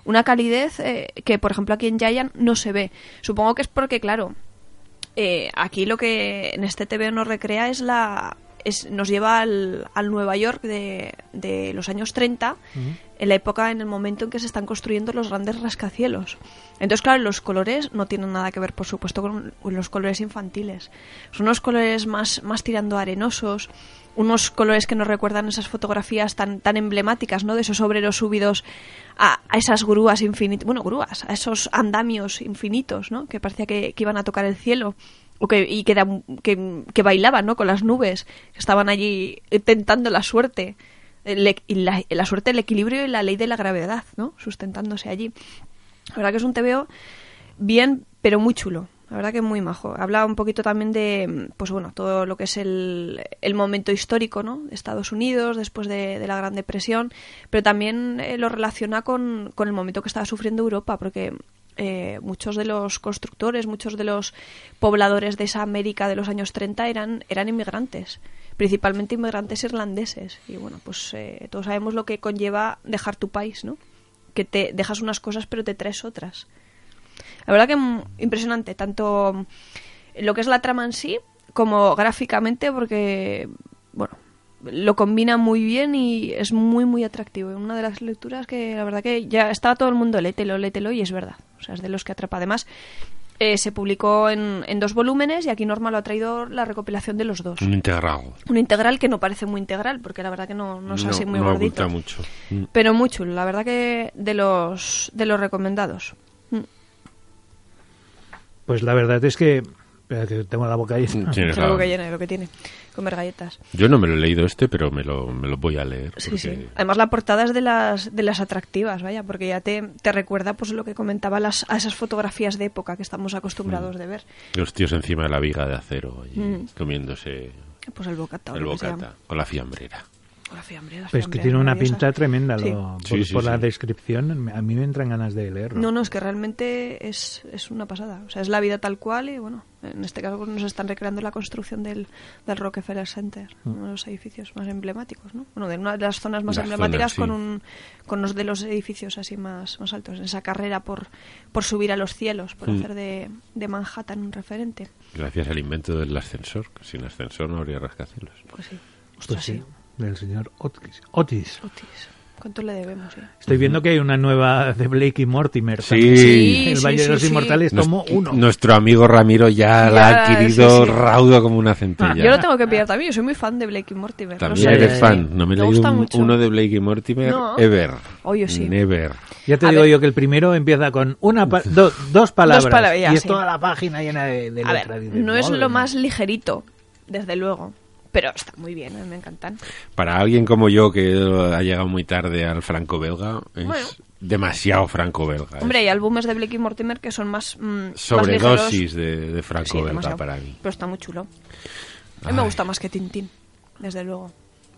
una calidez eh, que por ejemplo aquí en Giant no se ve. Supongo que es porque claro, eh, aquí lo que en este TV nos recrea es la es- nos lleva al, al Nueva York de, de los años 30, en la época, en el momento en que se están construyendo los grandes rascacielos. Entonces, claro, los colores no tienen nada que ver, por supuesto, con, con los colores infantiles. Son unos colores más, más tirando a arenosos, unos colores que nos recuerdan esas fotografías tan, tan emblemáticas, ¿no? De esos obreros subidos a, a esas grúas infinitas, bueno, grúas, a esos andamios infinitos, ¿no? Que parecía que, que iban a tocar el cielo. O que, y que, dan- que, que bailaban, ¿no? Con las nubes, que estaban allí tentando la suerte. El e- y la, la suerte, el equilibrio y la ley de la gravedad, ¿no? Sustentándose allí. La verdad que es un TVO bien, pero muy chulo. La verdad que muy majo. Habla un poquito también de, pues bueno, todo lo que es el, el momento histórico, ¿no? De Estados Unidos, después de, de la Gran Depresión, pero también eh, lo relaciona con, con el momento que estaba sufriendo Europa, porque eh, muchos de los constructores, muchos de los pobladores de esa América de los años 30 eran, eran inmigrantes, principalmente inmigrantes irlandeses. Y bueno, pues eh, todos sabemos lo que conlleva dejar tu país, ¿no? Que te dejas unas cosas pero te traes otras. La verdad que mm, impresionante, tanto mm, lo que es la trama en sí como gráficamente, porque, bueno, lo combina muy bien y es muy, muy atractivo. Una de las lecturas que la verdad que ya estaba todo el mundo, lételo, lételo, y es verdad. O sea, es de los que atrapa. Además, eh, se publicó en, en dos volúmenes y aquí Norma lo ha traído la recopilación de los dos.
Un integrado.
Un integral que no parece muy integral, porque la verdad que no, no es así muy
no
gordito.
oculta mucho. Mm.
Pero muy chulo, la verdad que de los, de los recomendados. Mm.
Pues la verdad es que... espera, que tengo la boca ahí.
Tienes
Algo
razón.
que llena, lo que tiene. Comer galletas.
Yo no me lo he leído este, pero me lo, me lo voy a leer.
Sí,
porque-
sí. Además, la portada es de las, de las atractivas, vaya, porque ya te, te recuerda pues lo que comentaba las, a esas fotografías de época que estamos
Mm.
acostumbrados de ver.
Los tíos encima de la viga de acero, allí,
Mm.
comiéndose
Pues el bocata. o
el
lo que sea.
bocata con la fiambrera.
O la fiambre, la
Pues que
fiambre,
tiene una
maravillosa.
pinta tremenda.
Sí.
Lo,
Sí,
por
sí,
por la
sí.
descripción, a mí me entran ganas de leerlo.
No, no, es que realmente es, es una pasada. O sea, es la vida tal cual y bueno, en este caso pues, nos están recreando la construcción del, del Rockefeller Center,
Mm.
uno de los edificios más emblemáticos, ¿no? Bueno, de una de las zonas más
Las zonas,
emblemáticas
sí.
con, un, con unos de los edificios así más, más altos, en esa carrera por, por subir a los cielos, por
Mm.
hacer de, de Manhattan un referente.
Gracias al invento del ascensor, que sin ascensor no habría rascacielos.
Pues sí,
Pues
ostras,
sí,
sí.
del señor Otis. Otis.
Otis, ¿cuánto le debemos? eh?
Estoy viendo que hay una nueva de Blake y Mortimer.
Sí.
también.
Sí,
El
sí,
Valle
sí,
de los
sí.
Inmortales
Nos-
tomo uno.
Nuestro amigo Ramiro ya, la ha
Ya,
adquirido
sí, sí.
raudo como una centella.
Ah, Yo lo tengo que pillar también, yo soy muy fan de Blake y Mortimer. no
También
sé.
eres
eh,
fan. No me he
me
leído
gusta
un-
mucho.
uno de Blake y Mortimer
No.
ever.
Oh, yo sí.
Never.
Ya te
A
digo
ver.
yo que el primero empieza con una pa- do- dos palabras.
palabras, ya,
y es
sí.
toda la página llena de, de
A
letra.
ver,
Dices,
no es
madre
lo
mía.
más ligerito, desde luego. Pero está muy bien, a mí me encantan.
Para alguien como yo que ha llegado muy tarde al franco belga, es
Bueno.
demasiado franco belga.
Hombre, hay álbumes de Blakey Mortimer que son más. mm, más
Sobredosis
ligeros.
de, de franco
Sí,
belga
demasiado.
para mí.
Pero está muy chulo. A mí me
Ay.
gusta más que Tintín, desde luego.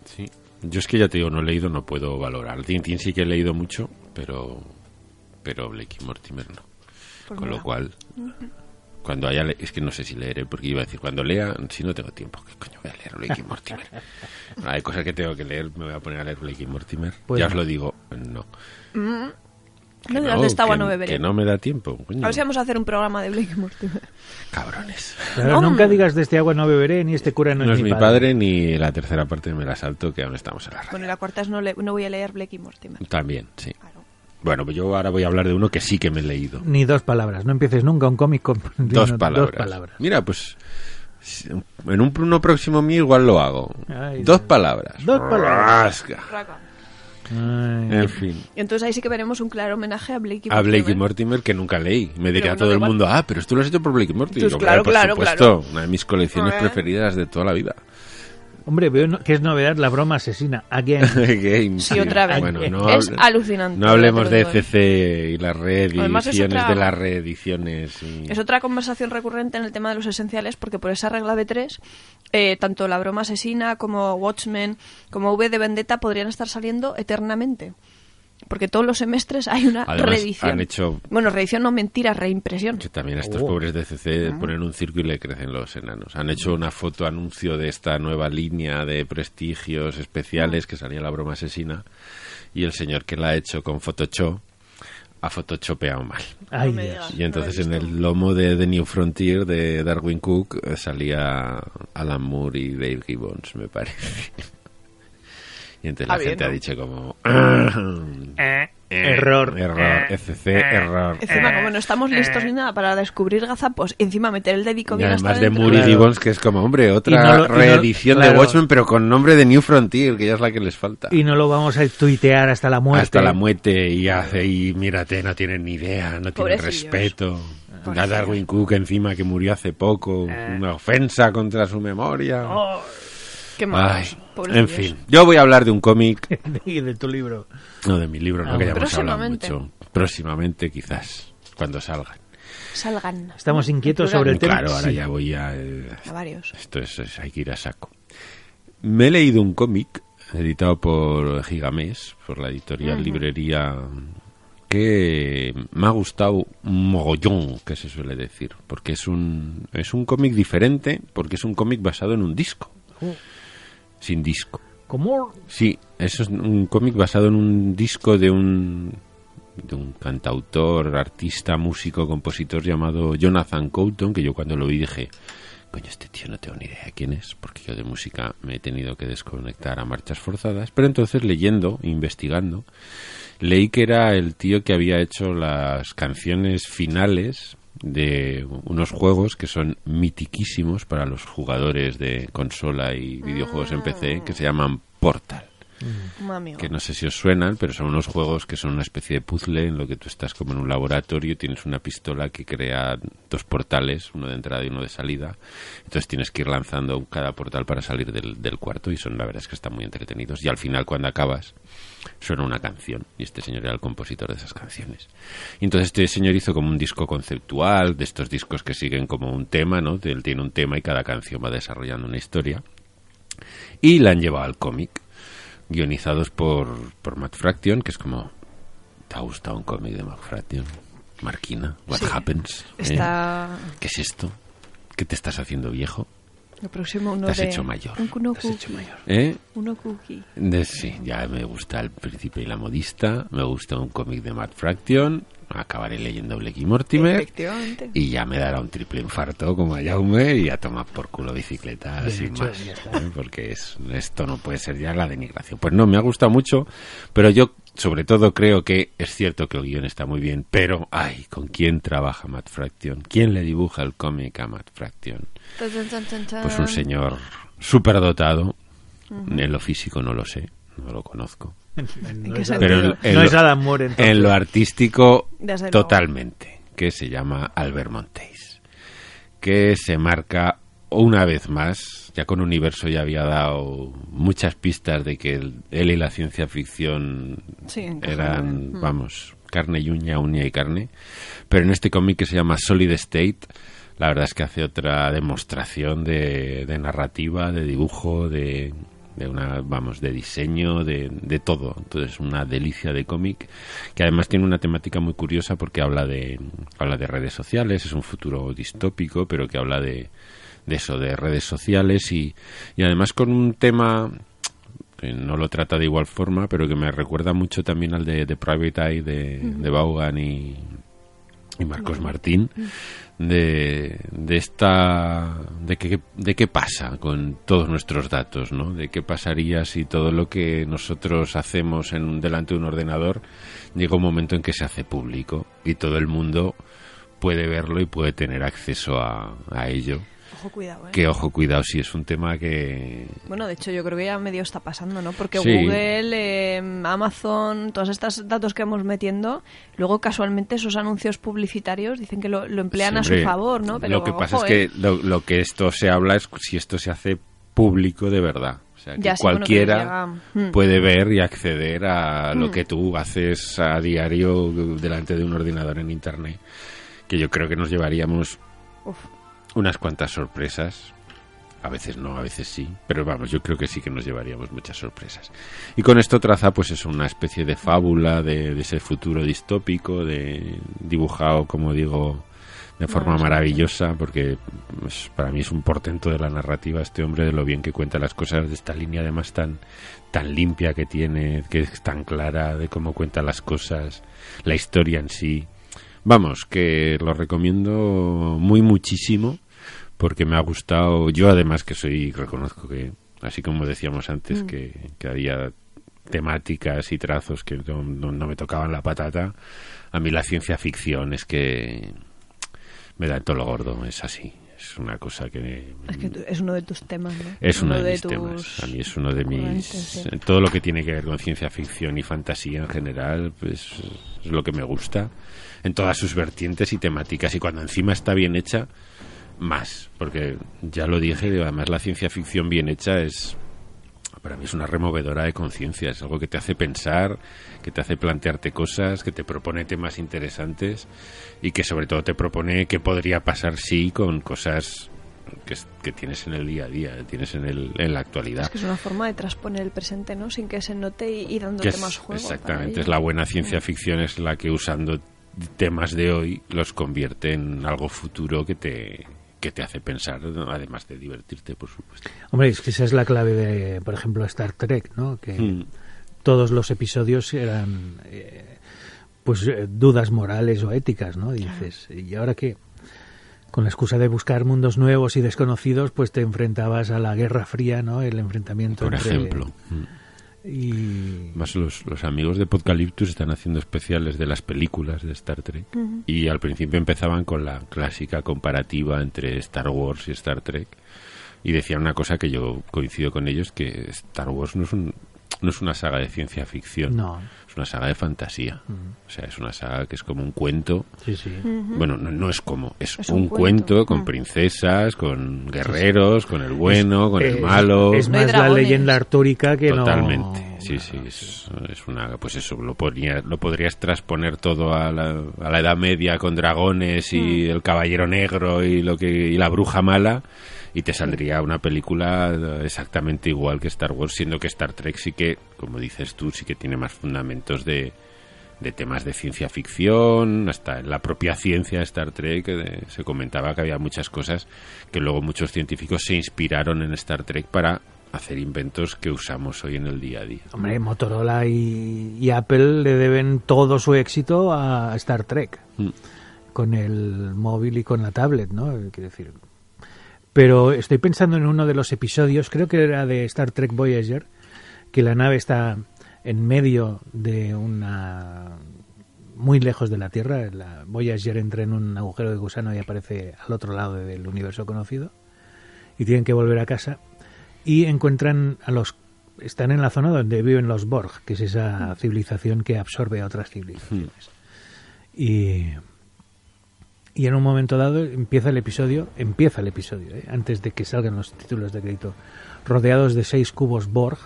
Sí. Yo es que ya te digo, no he leído, no puedo valorar. Tintín sí que he leído mucho, pero pero Blake y Mortimer no.
Pues
Con lo
mola.
cual, cuando haya... le- Es que no sé si leeré, porque iba a decir, cuando lea, si no tengo tiempo, ¿qué coño voy a leer Blake y Mortimer? No, hay cosas que tengo que leer, me voy a poner a leer Blake y Mortimer.
Pues
ya
no.
os lo digo, no.
No dirás de esta agua no beberé.
que no me da tiempo, coño.
A ver si vamos a hacer un programa de Blakey Mortimer.
Cabrones.
Claro,
No,
nunca
hombre.
digas de este agua no beberé, ni este cura no,
No es mi padre ni la tercera parte de Me la salto, que aún estamos en la radio.
Bueno, y la cuarta es no, le- no voy a leer Blakey Mortimer.
También, sí.
Claro.
Bueno, pues yo ahora voy a hablar de uno que sí que me he leído.
Ni dos palabras. No empieces nunca un cómic con
dos,
diciendo
palabras.
dos palabras.
Mira, pues si- en un uno próximo mío igual lo hago.
Ay,
dos
Dios.
palabras.
Dos palabras.
Rasca.
Raga.
Ay.
En fin.
Y entonces ahí sí que veremos un claro homenaje a Blakey
A
Mortimer.
Blake y Mortimer que nunca leí. Me diría
bueno,
todo
da
el
igual.
mundo, ah, pero esto lo has hecho por Blake y Mortimer.
Pues
Digo,
claro,
por
claro,
supuesto, una de mis colecciones
Hombre.
preferidas de toda la vida.
Hombre, veo no- que es novedad la broma asesina. Again.
Game,
Sí, otra vez.
Bueno, no
Es
hable-
alucinante,
No hablemos
ya te
de
lo digo,
CC y las
Además, es
reediciones
otra-
de las reediciones. y-
Es otra conversación recurrente en el tema de los esenciales, porque por esa regla B3, eh, tanto La Broma Asesina como Watchmen, como V de Vendetta podrían estar saliendo eternamente. Porque todos los semestres hay una
Además,
reedición.
han hecho-
Bueno, reedición no mentira, reimpresión.
Que también a estos
Oh.
pobres de CC ponen un circo y le crecen los enanos. Han hecho una foto anuncio de esta nueva línea de prestigios especiales que salía la broma asesina y el señor que la ha hecho con Photoshop ha photoshopeado mal.
Ay,
me
Dios.
digas.
Y entonces
No
en
lo he visto.
el lomo de The New Frontier de Darwin Cook eh, salía Alan Moore y Dave Gibbons, me parece. Y entonces la
Ah, bien,
gente ha
¿no?
dicho como...
Eh, error.
Error.
Eh,
FC,
eh.
error.
Encima, como no estamos listos ni nada para descubrir gazapos, encima meter el dedico
Y
bien hasta
además de
dentro.
Moody
Claro.
Gibbons, que es como, hombre, otra
no lo- y no-
reedición de
claro.
Watchmen, pero con nombre de New Frontier, que ya es la que les falta.
Y no lo vamos a tuitear hasta la muerte.
Hasta la muerte y hace, y mírate, no tienen ni idea, no tienen
Pobrecillos.
respeto. A Darwin Cook encima que murió hace poco,
Eh.
una ofensa contra su memoria.
Oh, Qué
Ay,
malos, pobres
en
tíos.
fin, yo voy a hablar de un cómic,
y de tu libro.
no de mi libro, no
Ah,
que ya hemos hablado
próximamente.
mucho. Próximamente, quizás, cuando salgan.
Salgan.
Estamos inquietos sobre el tema.
Claro, ahora
Sí.
ya voy a... eh,
A varios.
Esto es, es- hay que ir a saco. Me he leído un cómic editado por Gigamés, por la editorial Librería, que me ha gustado un mogollón, que se suele decir, porque es un es un cómic diferente, porque es un cómic basado en un disco.
Oh.
Sin disco.
¿Cómo?
Sí, eso es un cómic basado en un disco de un de un cantautor, artista, músico, compositor llamado Jonathan Coughton, que yo cuando lo vi dije, coño, este tío no tengo ni idea de quién es, porque yo de música me he tenido que desconectar a marchas forzadas, pero entonces leyendo, investigando, leí que era el tío que había hecho las canciones finales de unos juegos que son mitiquísimos para los jugadores de consola y videojuegos en PC, que se llaman Portal
Un amigo.
que no sé si os suenan, pero son unos juegos que son una especie de puzzle en lo que tú estás como en un laboratorio, tienes una pistola que crea dos portales, uno de entrada y uno de salida. Entonces tienes que ir lanzando cada portal para salir del, del cuarto y son, la verdad es que están muy entretenidos. Y al final, cuando acabas, suena una canción y este señor era el compositor de esas canciones. Y entonces este señor hizo como un disco conceptual, de estos discos que siguen como un tema, ¿no? Él tiene un tema y cada canción va desarrollando una historia. Y la han llevado al cómic guionizados por, por Matt Fraction, que es como... ¿Te ha gustado un cómic de Matt Fraction? Marquina, What
Sí.
Happens? ¿Eh?
Está
¿Qué es esto? ¿Qué te estás haciendo viejo?
el próximo uno
Te has
de...
hecho mayor.
Un Kuno
Te has hecho
Cookie.
mayor. ¿Eh?
Uno cookie.
De- sí, ya me gusta El Príncipe y la Modista, me gusta un cómic de Matt Fraction, acabaré leyendo Blake y Mortimer
Efectivamente.
y ya me dará un triple infarto como a Jaume y a tomar por culo bicicleta sin más, ¿eh? porque es, esto no puede ser ya la denigración. Pues no, me ha gustado mucho, pero yo sobre todo creo que es cierto que el guión está muy bien, pero ay, ¿con quién trabaja Matt Fraction? ¿Quién le dibuja el cómic a Matt Fraction?
Tan, tan, tan, tan, tan.
Pues un señor superdotado. En lo físico no lo sé, no lo conozco.
No
qué
es,
sentido?
Pero en
no
lo-
es Adam Moore, entonces.
En lo artístico,
Desde luego.
totalmente. Que se llama Albert Montes. Que se marca una vez más ya con Universo ya había dado muchas pistas de que el- él y la ciencia ficción
Sí, encajaban
eran,
bien. Mm.
vamos, carne y uña, uña y carne. Pero en este cómic que se llama Solid State, la verdad es que hace otra demostración de, de narrativa, de dibujo, de, de una, vamos, de diseño, de, de todo. Entonces, una delicia de cómic que además tiene una temática muy curiosa porque habla de, habla de redes sociales, es un futuro distópico, pero que habla de, de eso, de redes sociales y, y además con un tema que no lo trata de igual forma, pero que me recuerda mucho también al de, de Private Eye de, de Vaughan y, y Marcos Martín, de, de esta de qué, de qué pasa con todos nuestros datos, ¿no? De qué pasaría si todo lo que nosotros hacemos en un- delante de un ordenador llega un momento en que se hace público y todo el mundo puede verlo y puede tener acceso a, a ello.
Ojo, cuidado, ¿eh?
Que ojo, cuidado, si es un tema que
Bueno, de hecho, yo creo que ya medio está pasando, ¿no? Porque
Sí.
Google, eh, Amazon, todos estos datos que vamos metiendo, luego casualmente esos anuncios publicitarios dicen que lo, lo emplean a
Siempre-
su favor, ¿no?
lo que pasa
ojo,
es que
¿eh?
lo, lo que esto se habla es si esto se hace público de verdad. O sea, que
eh, Ya, sí, bueno, que
cualquiera
llega- Mm.
puede ver y acceder a lo que tú haces a diario delante de un ordenador en Internet. Que yo creo que nos llevaríamos
Uf.
unas cuantas sorpresas. A veces no, a veces sí. Pero vamos, yo creo que sí que nos llevaríamos muchas sorpresas. Y con esto traza, pues es una especie de fábula de, de ese futuro distópico, de dibujado, como digo, de forma maravillosa, porque pues, para mí es un portento de la narrativa este hombre, de lo bien que cuenta las cosas, de esta línea además tan, tan limpia que tiene, que es tan clara, de cómo cuenta las cosas, la historia en sí. Vamos, que lo recomiendo muy muchísimo porque me ha gustado. Yo además que soy, reconozco que, así como decíamos antes, que, que había temáticas y trazos que no, no- no me tocaban la patata, a mí la ciencia ficción es que me da en todo lo gordo, es así. Es una cosa que...
Es que tú- es uno de tus temas, ¿no?
Es uno, de, mis
tus-
temas. A mí es uno de mis.
Corrientes, sí.
Todo lo que tiene que ver con ciencia ficción y fantasía en general, pues es lo que me gusta. En todas sus vertientes y temáticas. Y cuando encima está bien hecha, más. Porque ya lo dije, además la ciencia ficción bien hecha es. Para mí es una removedora de conciencia. Es algo que te hace pensar, que te hace plantearte cosas, que te propone temas interesantes y que sobre todo te propone qué podría pasar si con cosas que, es- que tienes en el día a día, que tienes en, el, en la actualidad.
Es que es una forma de transponer el presente, ¿no? Sin que se note y, y
Que
dándote
es-
más juego.
exactamente,
para
es la buena ciencia ficción, es la que usando temas de hoy los convierte en algo futuro que te, que te hace pensar, ¿no? además de divertirte, por supuesto.
Hombre, es que esa es la clave de, por ejemplo, Star Trek, ¿no? Que
Hmm. Mm,
todos los episodios eran, eh, pues, eh, dudas morales o éticas, ¿no? Y dices, ¿y ahora qué? Con la excusa de buscar mundos nuevos y desconocidos, pues te enfrentabas a la Guerra Fría, ¿no? El enfrentamiento
Por
entre-
ejemplo,
Y...
más los, los amigos de Podcaliptus están haciendo especiales de las películas de Star Trek y al principio empezaban con la clásica comparativa entre Star Wars y Star Trek y decían una cosa que yo coincido con ellos, que Star Wars no es, un, no es una saga de ciencia ficción.
No,
Es una saga de fantasía. O sea, es una saga que es como un cuento.
sí, sí.
Bueno, no, no es como, es,
Es
un,
un
cuento,
cuento.
con
Mm.
princesas, con guerreros, con el bueno, con el
Eh,
malo.
Es
No
más
hay
la
dragones.
leyenda artúrica que no...
Totalmente, sí, sí, es, es una, pues eso, lo, ponía- lo podrías transponer todo a la, a la Edad Media con dragones
Mm.
y el Caballero Negro y lo que y la Bruja Mala y te saldría una película exactamente igual que Star Wars, siendo que Star Trek sí que, como dices tú, sí que tiene más fundamentos de, de temas de ciencia ficción, hasta en la propia ciencia de Star Trek eh, se comentaba que había muchas cosas que luego muchos científicos se inspiraron en Star Trek para hacer inventos que usamos hoy en el día a día.
Hombre, Motorola y, y Apple le deben todo su éxito a Star Trek,
Mm.
con el móvil y con la tablet, ¿no? Eh, Quiero decir. Pero estoy pensando en uno de los episodios, creo que era de Star Trek Voyager, que la nave está en medio de una muy lejos de la Tierra, la Voyager entra en un agujero de gusano y aparece al otro lado del universo conocido y tienen que volver a casa y encuentran a los están en la zona donde viven los Borg, que es esa civilización que absorbe a otras civilizaciones. Y y en un momento dado empieza el episodio, empieza el episodio, ¿eh? antes de que salgan los títulos de crédito, rodeados de seis cubos Borg,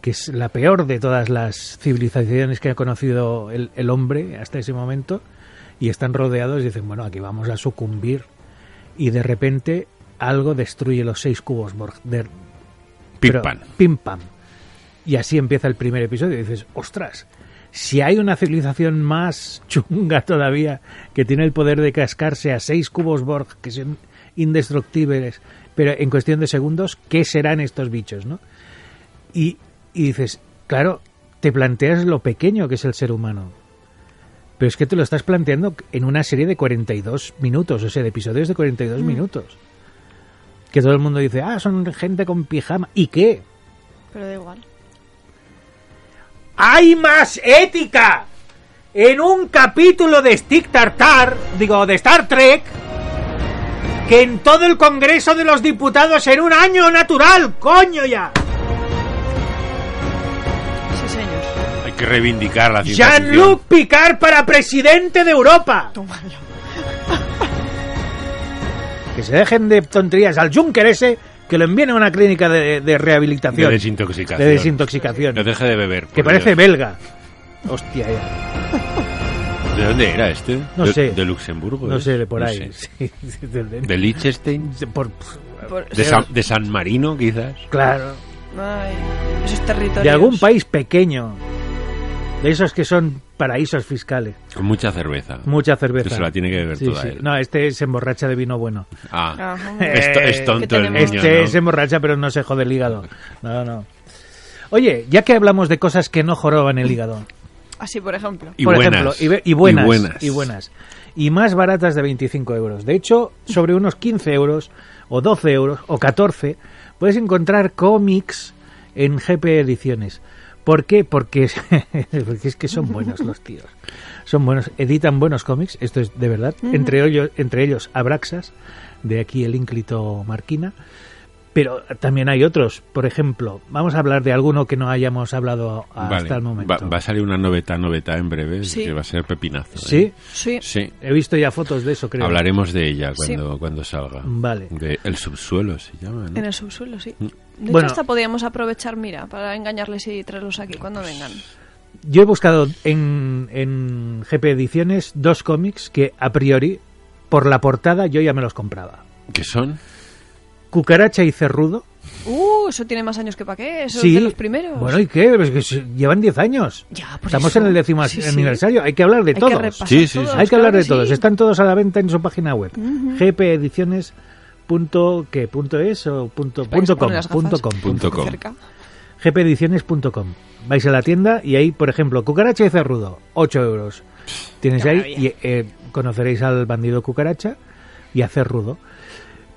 que es la peor de todas las civilizaciones que ha conocido el, el hombre hasta ese momento, y están rodeados y dicen, bueno, aquí vamos a sucumbir, y de repente algo destruye los seis cubos Borg. de-
Pim,
pero-
pam.
Pim pam. Y así empieza el primer episodio. Y dices, ostras, si hay una civilización más chunga todavía que tiene el poder de cascarse a seis cubos Borg que son indestructibles, pero en cuestión de segundos, ¿qué serán estos bichos? ¿no? Y, y dices, claro, te planteas lo pequeño que es el ser humano. Pero es que te lo estás planteando en una serie de 42 minutos, o sea, de episodios de 42 minutos. Que todo el mundo dice, ah, son gente con pijama. ¿Y qué?
Pero da igual.
¡Hay más ética! En un capítulo de Stick Tartar, digo, de Star Trek, que en todo el Congreso de los Diputados en un año natural, coño ya.
Sí, señor.
Hay que reivindicar la ciencia
Jean-Luc Picard para presidente de Europa.
Tómalo.
Que se dejen de tonterías al Juncker ese, que lo envíen a una clínica de, de
ficción. de
rehabilitación.
desintoxicación.
De desintoxicación.
No deje de beber.
que
por
parece
Dios.
belga. Hostia, ya.
¿De dónde era este?
No
De-
sé.
De Luxemburgo.
No
es?
sé, de por
Pues, No
ahí.
sé.
Sí, sí, de- de-
De Liechtenstein.
de- por-
Por-
De San, de San Marino, quizás.
claro.
Ay, esos territorios.
De algún país pequeño. De esos que son paraísos fiscales.
Con mucha cerveza.
Mucha cerveza.
Que se la tiene que beber
Sí,
toda
sí.
él.
No, este se emborracha de vino bueno.
Ah.
Ajá.
Es, to- es tonto el niño,
tenemos-
Este
¿no?
se emborracha, pero no se jode el hígado. No, no. Oye, ya que hablamos de cosas que no joroban el hígado.
Así, por ejemplo.
Y
por
buenas.
ejemplo, y, be- y buenas,
Y
y
buenas.
buenas. Y más baratas de 25 euros. De hecho, sobre unos 15 euros, o 12 euros, o 14, puedes encontrar cómics en GP Ediciones. ¿Por qué? Porque, es- porque es que son buenos los tíos. Son buenos, editan buenos cómics, esto es de verdad. Entre ellos, entre ellos Abraxas, de aquí el ínclito Marquina. Pero también hay otros, por ejemplo, vamos a hablar de alguno que no hayamos hablado hasta
Vale.
el momento.
Va, va a salir una noveta, noveta en breve,
Sí.
que va a ser pepinazo.
¿Sí?
¿eh?
Sí.
Sí.
He visto ya fotos de eso, creo.
Hablaremos de ella cuando, cuando salga.
Vale.
De el subsuelo se llama, ¿no?
En el subsuelo, sí. De hecho,
Mm. Bueno.
hasta podíamos aprovechar, mira, para engañarles y traerlos aquí cuando
Pues-
vengan.
Yo he buscado en, en GP Ediciones dos cómics que a priori, por la portada, yo ya me los compraba.
¿Qué son?
Cucaracha y Cerrudo.
Uh, eso tiene más años que pa' qué. Eso
sí.
es de los primeros.
Bueno, ¿y qué? Pues que se- llevan 10 años.
Ya, por
Estamos
eso.
en el décimo
Sí, sí.
aniversario. Hay que hablar de
Hay que
todos.
repasar
Sí, sí, sí.
todos,
Hay que hablar
claro
de todos.
sí.
Están todos a la venta en su página web. gpediciones.que.es o punto,
Para que se
punto com,
pongan las gafas.
punto com, punto
Punto com.
Cerca.
gpediciones.com. Vais a la tienda y ahí, por ejemplo, cucaracha y cerrudo, 8 euros. Tienes
Qué
ahí
maravilla.
y eh, conoceréis al bandido cucaracha y a cerrudo.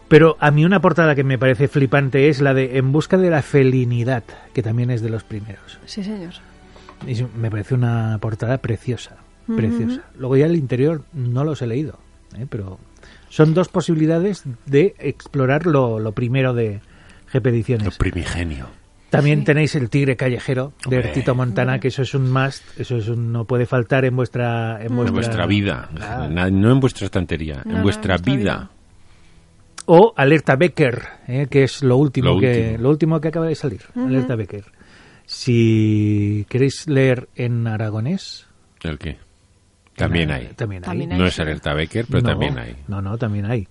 Pero a mí una portada que me parece flipante es la de En busca de la felinidad, que también es de los primeros.
Sí, señor.
Y es- me parece una portada preciosa, preciosa. Luego ya el interior no los he leído, ¿eh? pero son dos posibilidades de explorar lo, lo primero
Lo
de gpediciones.
primigenio.
También tenéis el Tigre Callejero de
Hombre.
Tito Montana, que eso es un must, eso es un- no puede faltar en vuestra, en vuestra, Ah.
En vuestra vida. Na- No en vuestra estantería,
No,
en
no,
vuestra
en vuestra
vida.
O Alerta Becker, eh, que es lo último,
Lo
que,
último.
Lo último que acaba de salir. Alerta Becker. Si queréis leer en aragonés,
¿El qué? También
en-
hay.
También hay.
También hay.
No es alerta Becker, pero
No,
también hay.
No, no, también hay.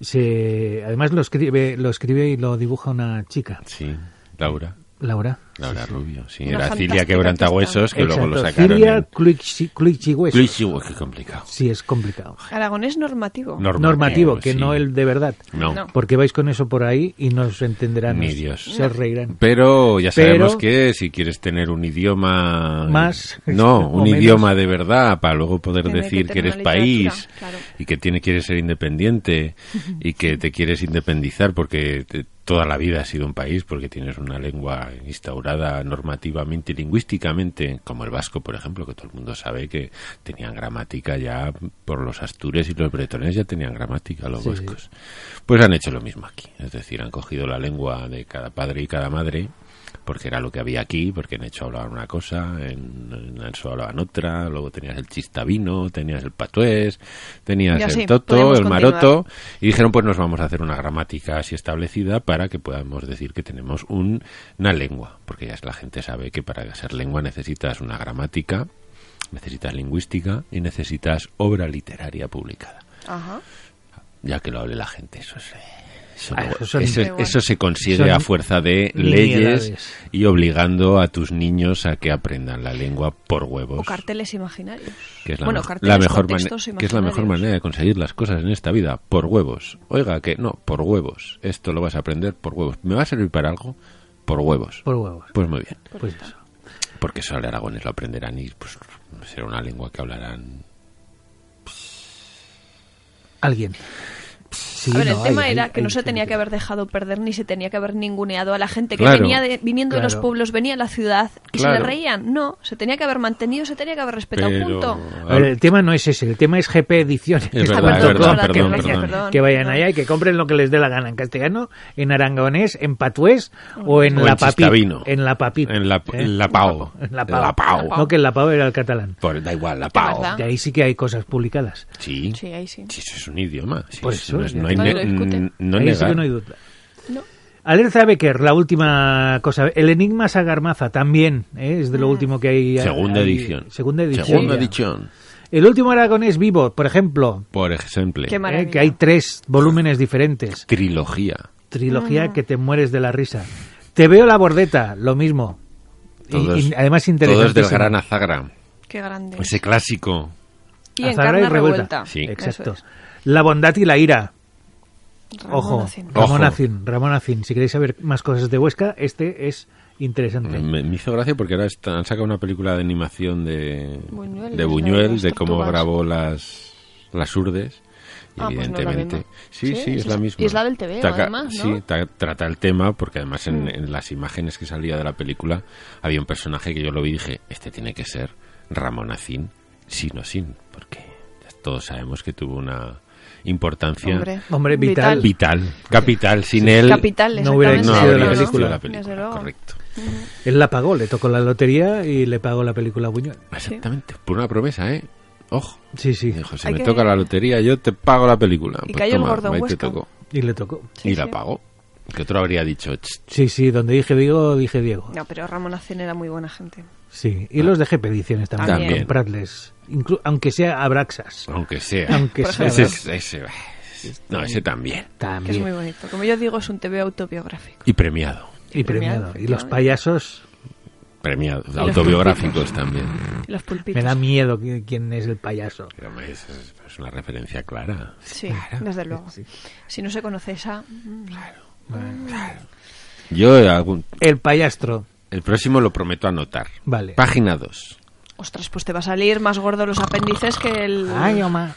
Se- además lo escribe, lo escribe y lo dibuja una chica,
Sí, Laura.
Laura.
Laura Rubio, sí.
Una
Era Cilia
fantástica
Quebrantahuesos, que luego lo
Exacto,
sacaron
Cilia
en...
Cluixi- Cluixigüeso.
Luis Chihuahua, qué complicado.
Sí, es complicado.
Aragonés normativo.
Normativo,
normativo, que
sí.
no el de verdad.
No.
No.
Porque vais con eso por ahí y no os entenderán.
Ni
os-
Dios.
Se reirán.
Pero ya
Pero-
sabemos que si quieres tener un idioma...
Más,
No,
o
un
menos.
idioma de verdad para luego poder
Tener que
decir que,
tener
eres
una
país
literatura, claro.
y que tiene, quieres ser independiente y que te quieres independizar porque te- toda la vida has sido un país porque tienes una lengua instaurada normativamente y lingüísticamente, como el vasco, por ejemplo, que todo el mundo sabe que tenían gramática ya por los astures y los bretones ya tenían gramática los
Sí, sí.
vascos. Pues han hecho lo mismo aquí, es decir, han cogido la lengua de cada padre y cada madre porque era lo que había aquí, porque en hecho hablaban una cosa, en, en hecho hablaban otra, luego tenías el chistavino, tenías el patués, tenías
Y así,
el toto,
podemos
el
continuar.
maroto, y dijeron pues nos vamos a hacer una gramática así establecida para que podamos decir que tenemos un- una lengua, porque ya es- la gente sabe que para ser lengua necesitas una gramática, necesitas lingüística y necesitas obra literaria publicada
Ajá.
ya que lo hable la gente, eso es, eh, Eso,
Ah,
no-
eso son-
eso-
Da igual.
eso se consigue
Son
a fuerza de
nimiedades.
leyes y obligando a tus niños a que aprendan la lengua por
O
huevos,
carteles imaginarios.
Pues- que es la,
bueno,
me-
carteles,
la mejor mane-
contextos
que es la mejor
imaginarios.
manera de conseguir las cosas en esta vida, por huevos. Oiga, que no, por huevos. Esto lo vas a aprender por huevos. ¿Me va a servir para algo? Por huevos.
Por huevos.
Pues muy bien,
Pues eso.
porque eso de Aragones lo aprenderán y pues será una lengua que hablarán
Alguien. Sí,
A ver, el
no,
tema
hay-
era
hay-
que no
hay
se tenía
gente.
que haber dejado perder ni se tenía que haber ninguneado a la gente que
Claro.
venía de- viniendo de los
Claro.
pueblos, venía a la ciudad y se
Claro.
le reían. No, se tenía que haber mantenido, se tenía que haber respetado.
Pero-
Punto.
A ver, el tema no es ese, el tema es GP Ediciones.
Es
Ah,
verdad,
perdón,
es verdad,
perdón,
que,
perdón,
vayan,
perdón.
perdón.
que vayan
No.
allá y que compren lo que les dé la gana en castellano, en arangonés, en patués o en
O
la
en
papita.
chistavino.
En la papita.
En la,
¿eh?
en la PAO.
En la pao.
La PAO.
No, que en la pao era el catalán.
Por- da igual, la PAO.
verdad.
Y ahí sí que hay cosas publicadas.
Sí.
Sí, ahí sí.
Sí, eso es un idioma. Sí,
Por
eso
Pues eso,
no, es-
ya
no hay ne-
está. Nadie lo discute.
n- no
ahí sí
negar.
que no hay duda.
No.
Alerza Becker, la última cosa. El Enigma Sagarmaza también ¿eh? es de
Ah.
lo último que hay.
Segunda
hay-
edición.
Segunda edición.
Segunda
Ya.
edición.
El último aragonés vivo, por ejemplo,
Por ejemplo,
Qué
¿eh?
maravilla.
que hay tres volúmenes diferentes.
trilogía.
Ah,
Trilogía que te mueres de la risa. Te veo la bordeta, lo mismo. Y-
Todos,
y además
todos
interesante.
del gran Azagra.
Qué grande.
Ese clásico.
Y encarna revuelta.
Pues Sí.
Exacto.
Eso
La bondad y la ira.
Ramón
Ojo,
Acín.
Ramón
Ojo.
Acín, Ramón Acín. Si queréis saber más cosas de Huesca, este es interesante.
Me, me hizo gracia porque ahora está- han sacado una película de animación de
Buñuel,
de,
las de
Buñuel,
las
de cómo
tortugas.
grabó las, las urdes. y
Ah, pues no la
evidentemente.
misma.
sí,
Sí,
sí, es
es-
la misma.
y es la del TVO, además, ¿no? Mm.
Sí, ta- trata el tema porque además en, en las imágenes que salía de la película había un personaje que yo lo vi y dije, este tiene que ser Ramón Acín, sin o sin, porque todos sabemos que tuvo una importancia
Hombre,
Hombre, vital.
vital, capital, sin él
Capital,
No hubiera
exactamente.
no
existido
habría
la
existido
película.
la
Desde
película,
luego.
correcto.
Él la pagó, le tocó la lotería y le pagó la película a Buñuel.
Exactamente, por una promesa, ¿eh? Ojo.
Sí, sí,
Dijo, si
Hay
me
que-
toca la lotería, yo te pago la película.
Y
Pues
cayó el
toma,
gordo en
ahí te
Huesca.
tocó.
y le tocó.
Sí,
y
sí.
la pagó. Que otro habría dicho, "Ch,
Sí, sí, donde dije Diego, dije Diego.
No, pero Ramón Acín era muy buena gente.
Sí, y los de GP Ediciones también,
Ah. También.
compradles, inclu- aunque sea Abraxas.
aunque sea.
Aunque
Por
sea
ese,
Abraxas.
es- ese, bah, ese- no, ese también.
Que es muy
También.
bonito. Como yo digo, es un TV autobiográfico.
Y premiado.
Y
premiado,
premiado. Y los
efectivamente.
payasos,
Premiado.
los
Autobiográficos también.
Y los pulpitos.
me da miedo qui- quién es el payaso.
Pero, hombre, Es, es- es una referencia clara.
Sí, desde luego. Si no se conoce esa... mm,
Yo eh, algún-
El payastro,
el próximo lo prometo anotar.
vale.
Página 2.
Ostras, pues te va a salir más gordo los apéndices que el...
Ay, Oma.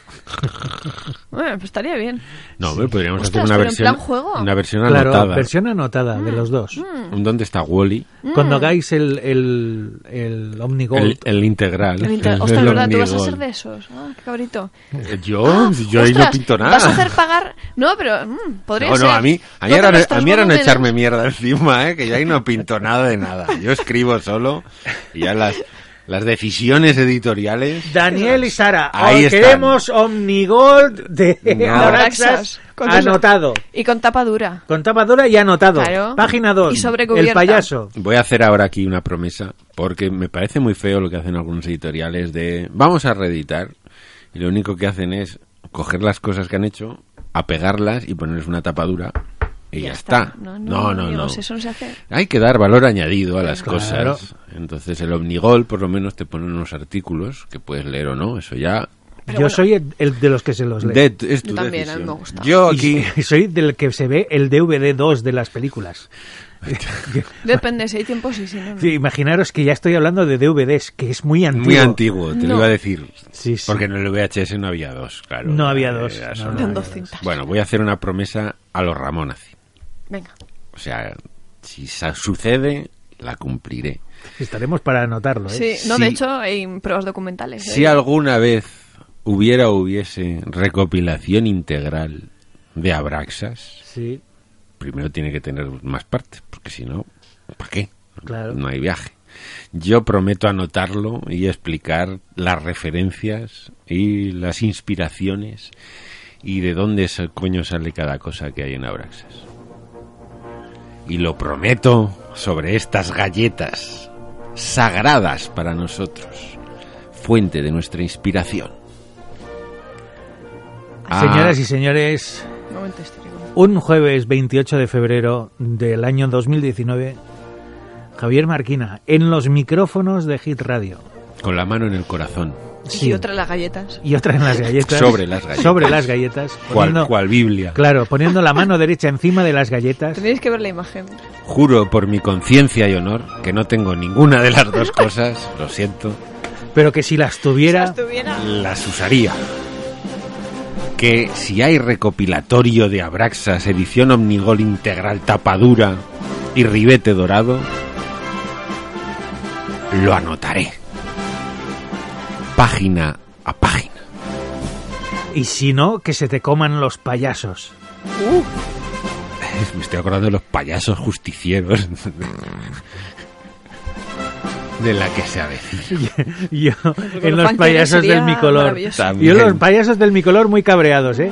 Bueno, pues estaría bien.
No, hombre, podríamos hacer
Ostras,
una
pero en
versión,
plan juego.
una versión
Claro,
anotada.
versión anotada de los dos.
Mm,
Un ¿Dónde está Wally?
Cuando hagáis el, el, el Omnigold,
El, el integral.
El inter-
El
Ostras, ¿verdad? Tú vas a
Omnigol.
ser de esos. Ah, qué cabrito.
Eh, Yo,
Ah,
yo ahí no
ostras,
pinto nada.
Vas a hacer pagar... No, pero mm, podría
No,
ser.
no, a mí, a mí
No
era,
con
a
nuestros
mí era no
volúmenes.
echarme mierda encima, ¿eh? que yo ahí no pinto nada de nada. Yo escribo solo y ya las, las decisiones editoriales.
Daniel y Sara,
Ahí
hoy
están.
queremos Omnigold de
No.
Abraxas
Con eso.
anotado.
Y con tapa dura.
Con tapadora y anotado.
Claro.
Página 2.
Y sobre
el
cubierta.
payaso.
Voy a hacer ahora aquí una promesa, porque me parece muy feo lo que hacen algunos editoriales de vamos a reeditar y lo único que hacen es coger las cosas que han hecho, apegarlas y ponerles una tapadura y ya, está.
No, no, no.
no.
amigos, Eso no se hace.
Hay que dar valor añadido a las
Claro.
cosas. Entonces el Omnigol por lo menos te pone unos artículos que puedes leer o no, eso ya...
Yo soy el, el de los que se los lee.
de- es tu
Yo también,
decisión.
a mí me gusta.
Yo
Pues Y-
aquí...
y soy del que se ve el DVD 2 de las películas.
Depende, si hay tiempo, sí, sí, no, no.
Sí, imaginaros que ya estoy hablando de DVDs, que es muy antiguo.
Muy antiguo, te
No.
lo iba a decir.
Sí, sí.
Porque en el VHS no había dos, claro. Eh,
No había dos,
Era
no,
solo
no
una.
había dos cintas.
Bueno, voy a hacer una promesa a los Ramón Acín.
Venga.
O sea, si sa- sucede, la cumpliré.
Estaremos para anotarlo. ¿eh?
Sí, no, de
Sí.
hecho hay pruebas documentales. ¿eh?
Si alguna vez hubiera o hubiese recopilación integral de Abraxas,
Sí.
primero tiene que tener más partes, porque si no, ¿para qué?
Claro.
no hay viaje. Yo prometo anotarlo y explicar las referencias y las inspiraciones y de dónde es el coño sale cada cosa que hay en Abraxas. Y lo prometo sobre estas galletas sagradas para nosotros, fuente de nuestra inspiración. Ah.
Señoras y señores,
Momento histórico.
un jueves 28 de febrero del año 2019, Javier Marquina, en los micrófonos de Hit Radio.
Ah, Con la mano en el corazón,
Sí.
Y otra las galletas.
Y otra en las galletas.
Sobre las galletas.
Sobre las galletas.
cual,
poniendo-
cual Biblia.
Claro, poniendo la mano derecha encima de las galletas.
Tenéis que ver la imagen.
Juro por mi conciencia y honor que no tengo ninguna de las dos cosas, lo siento,
Pero que si las tuviera.
Si estuviera-
las usaría. Que si hay recopilatorio de Abraxas, edición Omnigol integral, tapadura y ribete dorado, lo anotaré. Página a página.
Y si no, que se te coman los payasos.
Me estoy acordando de los payasos justicieros. De la que se avecina.
Yo,
Porque
en los
panqueques
payasos
sería
del mi color.
maravilloso.
Yo, los payasos del mi color muy cabreados, ¿eh?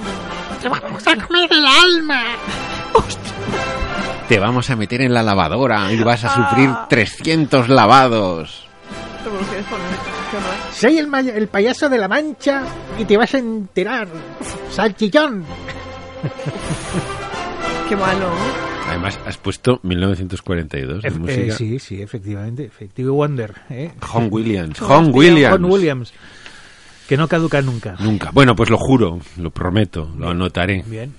Te vamos a meter en la lavadora y vas a sufrir
Ah.
300 lavados.
Revoluciones políticas, qué horror.
Soy el, may- el payaso de la mancha y te vas a enterar. Salchichón.
Qué malo. ¿no?
Además, has puesto 1942 Pues de
Ef- eh,
música.
sí, sí, efectivamente. Effective Wonder. ¿eh?
John Williams. John Williams.
John Williams. Que no caduca nunca.
Nunca. Bueno, pues lo juro, lo prometo, lo anotaré.
Bien.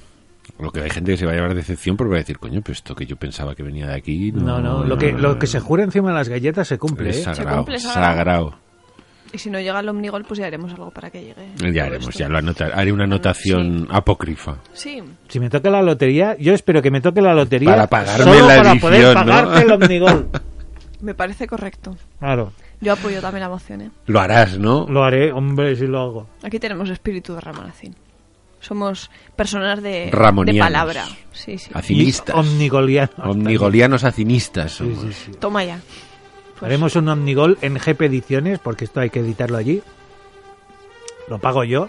Lo que hay gente que se va a llevar decepción porque va a decir, coño, pero esto que yo pensaba que venía de aquí.
No, no, lo que, lo que se jura encima de las galletas se cumple,
Es
¿eh?
sagrado,
cumple, sagrado.
sagrado.
Y si no llega el Omnigol, pues ya haremos algo para que llegue.
Ya
Todo
haremos,
esto.
ya lo anotaré. Haré una anotación apócrifa.
Sí.
Si me toca la lotería, yo espero que me toque la lotería
Para pagarme
solo
la
para poder
edición, ¿no?
pagarte el Omnigol.
Me parece correcto.
Claro,
Yo apoyo también la moción, ¿eh?
Lo harás, ¿no?
lo haré, hombre, si lo hago.
Aquí tenemos espíritu de Ramonacín. Somos personas de, de
Ramonianos.
palabra. Sí, sí.
Hacinistas.
Y Omnigoliano.
Omnigolianos hacinistas
Sí,
somos.
sí, sí.
Toma ya. Pues,
Haremos un Omnigol en GP Ediciones, porque esto hay que editarlo allí. Lo pago yo.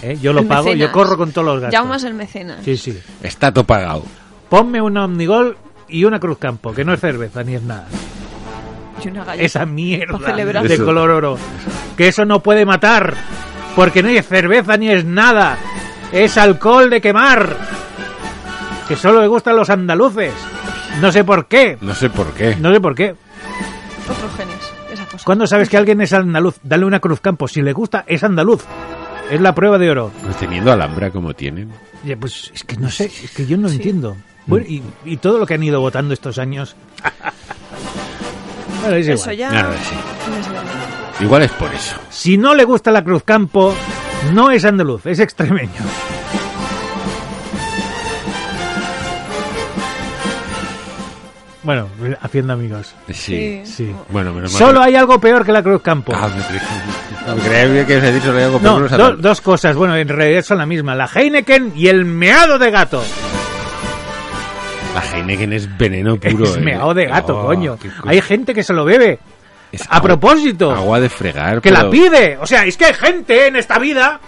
¿eh? Yo lo
el
pago, yo
mecenas.
corro con todos los gastos.
Llama más el mecenas.
Sí, sí.
Está topagado.
Ponme un Omnigol y una Cruz Campo, que no es cerveza ni es nada.
Y una galleta.
Esa mierda
Para celebrar.
de
Eso.
color oro. Que eso no puede matar, porque no es cerveza ni es nada. Es alcohol de quemar. Que solo le gustan los andaluces. No sé por qué.
No sé por qué.
No sé por qué.
Otros genes. Esa cosa.
¿Cuándo sabes que alguien es andaluz? Dale una cruz campo. Si le gusta, es andaluz. Es la prueba de oro.
Pues teniendo Alhambra como tienen.
Ya, Pues es que no sé, es que yo no
Sí.
entiendo. Bueno, y, y todo lo que han ido votando estos años. Bueno, es
Eso
igual.
ya.
Nada, sí.
no es verdad.
Igual es por eso.
Si no le gusta la cruz campo, no es andaluz, es extremeño. Bueno, haciendo amigos.
Sí.
Sí.
Bueno, menos mal.
Solo hay algo peor que la cruz campo.
Ah, me- Creo que os he dicho lo hago por
No,
unos
do-
adultos.
dos cosas. Bueno, en realidad son la misma. La Heineken y el meado de gato.
La Heineken es veneno puro.
es
eh.
meado de gato,
Oh,
coño.
qué Ah, co-
Hay gente que se lo bebe.
es
a propósito.
Agua de fregar.
Que la
pero-
pide. O sea, es que hay gente en esta vida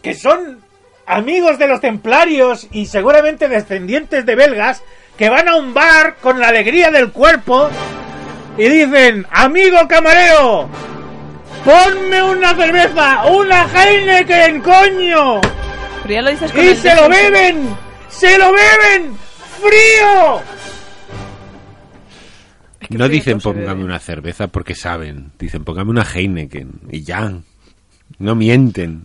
que son amigos de los templarios y seguramente descendientes de belgas que van a un bar con la alegría del cuerpo y dicen, amigo camarero, ponme una cerveza, una Heineken, coño.
Pero ya lo dices con
Y
el
se lo
deseo.
beben, se lo beben, frío.
Es que
No
frío
dicen
todo se
póngame
bebe.
una cerveza porque saben. Dicen póngame una Heineken. Y ya. No mienten.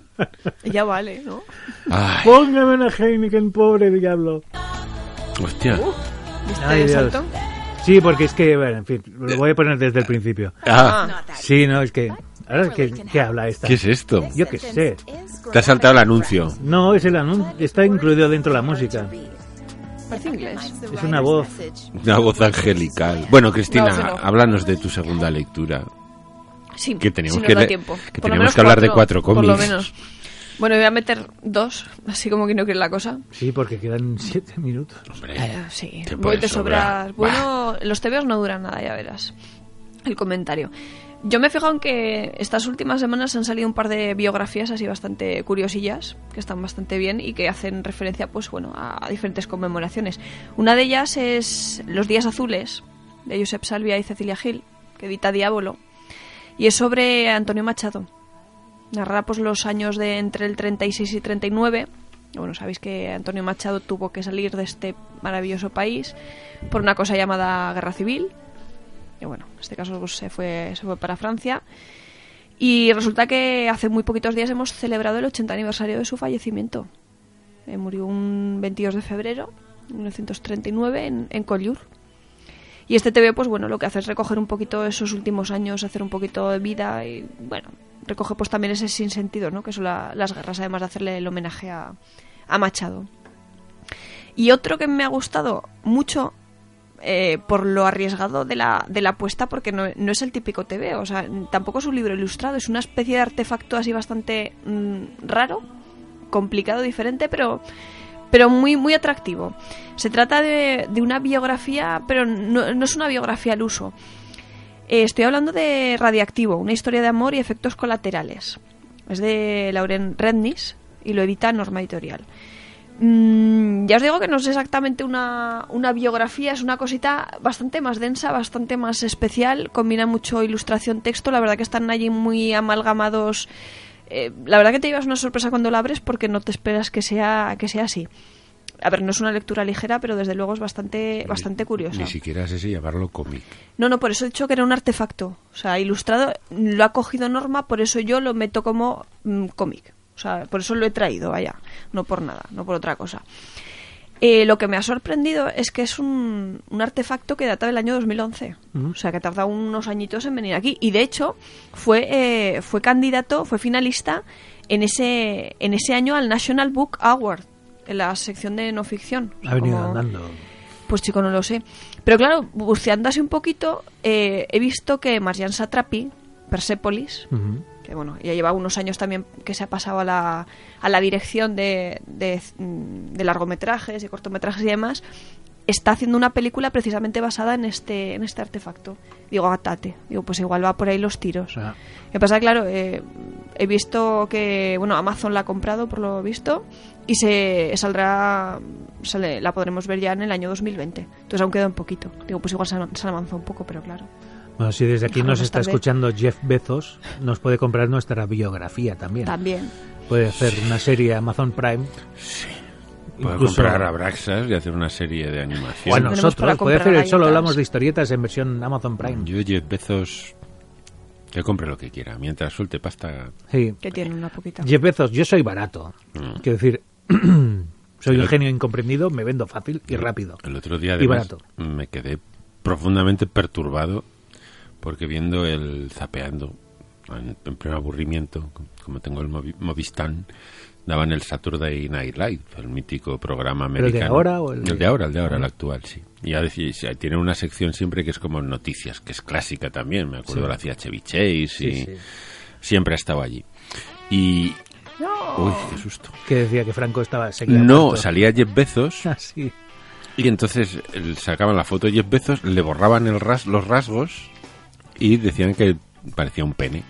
Y Ya vale, ¿no?
Ay,
Póngame una Heineken, pobre diablo.
hostia.
¿Viste
Ay,
el
Dios.
salto?
Sí, porque es que, bueno, en fin, lo voy a poner desde el principio.
Ah,
Sí, no, es que. Ahora es que. ¿Qué habla esta?
¿Qué es esto?
Yo qué sé.
Te ha saltado el anuncio.
No, es el anuncio. Está incluido dentro de la música.
Parece inglés.
Es una voz.
este
Una voz angelical. Bueno, Cristina,
No, pero-
háblanos de tu segunda lectura.
Sí,
Que teníamos
si nos
que
da
le-
tiempo.
que
Por lo
teníamos
menos
que hablar de cuatro
Por lo
cómics.
menos. Bueno, voy a meter dos, así como que no quiere la cosa.
Sí, porque quedan siete minutos.
Hombre,
Eh, sí,
te
voy
puede
de sobrar.
sobrar.
Bueno, los tebeos no duran nada, ya verás. El comentario. Yo me he fijado en que estas últimas semanas han salido un par de biografías así bastante curiosillas, que están bastante bien y que hacen referencia, pues bueno, a diferentes conmemoraciones. Una de ellas es Los Días Azules, de Josep Salvia y Cecilia Gil, que edita Diablo, y es sobre Antonio Machado. Narra pues los años de entre el 36 y 39. Bueno, sabéis que Antonio Machado tuvo que salir de este maravilloso país por una cosa llamada guerra civil. Y bueno, en este caso pues, se fue, se fue para Francia. Y resulta que hace muy poquitos días hemos celebrado el 80 aniversario de su fallecimiento. Eh, murió un 22 de febrero de 1939 en, en Collioure. Y este TV, pues bueno, lo que hace es recoger un poquito esos últimos años, hacer un poquito de vida y, bueno, recoge pues también ese sinsentido, ¿no? Que son la- las guerras, además de hacerle el homenaje a, a Machado. Y otro que me ha gustado mucho eh, por lo arriesgado de la, de la apuesta, porque no, no es el típico TV, o sea, n- tampoco es un libro ilustrado, es una especie de artefacto así bastante mm, raro, complicado, diferente, pero pero muy, muy atractivo. Se trata de, de una biografía, pero no, no es una biografía al uso. Eh, estoy hablando de Radiactivo, una historia de amor y efectos colaterales. Es de Lauren Rednis y lo edita Norma Editorial. Mm, ya os digo que no es exactamente una, una biografía, es una cosita bastante más densa, bastante más especial, combina mucho ilustración, texto, la verdad que están allí muy amalgamados. Eh, la verdad que te llevas una sorpresa cuando la abres porque no te esperas que sea, que sea así. A ver, no es una lectura ligera, pero desde luego es bastante, bastante curiosa.
Ni siquiera sé si llamarlo cómic.
No, no, por eso he dicho que era un artefacto. O sea, ilustrado, lo ha cogido Norma, por eso yo lo meto como mm, cómic. O sea, por eso lo he traído, vaya. No por nada, no por otra cosa. Eh, lo que me ha sorprendido es que es un, un artefacto que data del año 2011. O sea, que tarda unos añitos en venir aquí. Y de hecho, fue, eh, fue candidato, fue finalista en ese, en ese año al National Book Award, en la sección de no ficción. O sea,
Ha venido
como-
andando.
pues chico, no lo sé. Pero claro, buceando así un poquito, eh, he visto que Marjan Satrapi, Persepolis,
Ujú.
que bueno, ya lleva unos años también que se ha pasado a la, a la dirección de, de, mm, de largometrajes, de cortometrajes y demás, está haciendo una película precisamente basada en este, en este artefacto. Digo, atate. Digo, pues igual va por ahí los tiros.
sea-
Lo que pasa, claro, eh, he visto que, bueno, Amazon la ha comprado por lo visto y se saldrá, sale- la podremos ver ya en el año 2020. Entonces aún queda un poquito. Digo, pues igual se, han- se han avanzado un poco, pero claro.
Bueno, si desde aquí
Déjalo
nos
más
está
tarde.
escuchando Jeff Bezos, nos puede comprar nuestra biografía también.
También.
Puede hacer una serie Amazon Prime.
Puedo
Incluso-
comprar abraxas y hacer una serie de animación.
O a
Bueno, Tenemos
nosotros.
para
Puede hacer
comprar
el solo
galletas.
hablamos de historietas en versión Amazon Prime.
Yo Jeff Bezos que compre lo que quiera, mientras suelte pasta.
Sí.
Que tiene una poquita.
Jeff Bezos, yo soy barato.
Mm.
Quiero decir, soy un genio incomprendido, me vendo fácil y rápido.
El otro día
Y
además,
barato.
me quedé profundamente perturbado porque viendo el zapeando en, en pleno aburrimiento, como tengo el Movi- Movistán, daban el Saturday Night Live, el mítico programa
de
americano.
ahora o el de- Ah.
de ahora, el de ahora, el actual, sí. Y a decir, sí, tienen una sección siempre que es como noticias, que es clásica también, me acuerdo la hacía Chevy Chase y
sí.
siempre ha estado allí. Y
No.
uy, qué susto.
Que decía que Franco estaba seguía
No,
muerto.
salía Jeff Bezos
Ah, sí.
y entonces él- sacaban la foto de Jeff Bezos, le borraban el ras- los rasgos y decían que parecía un pene.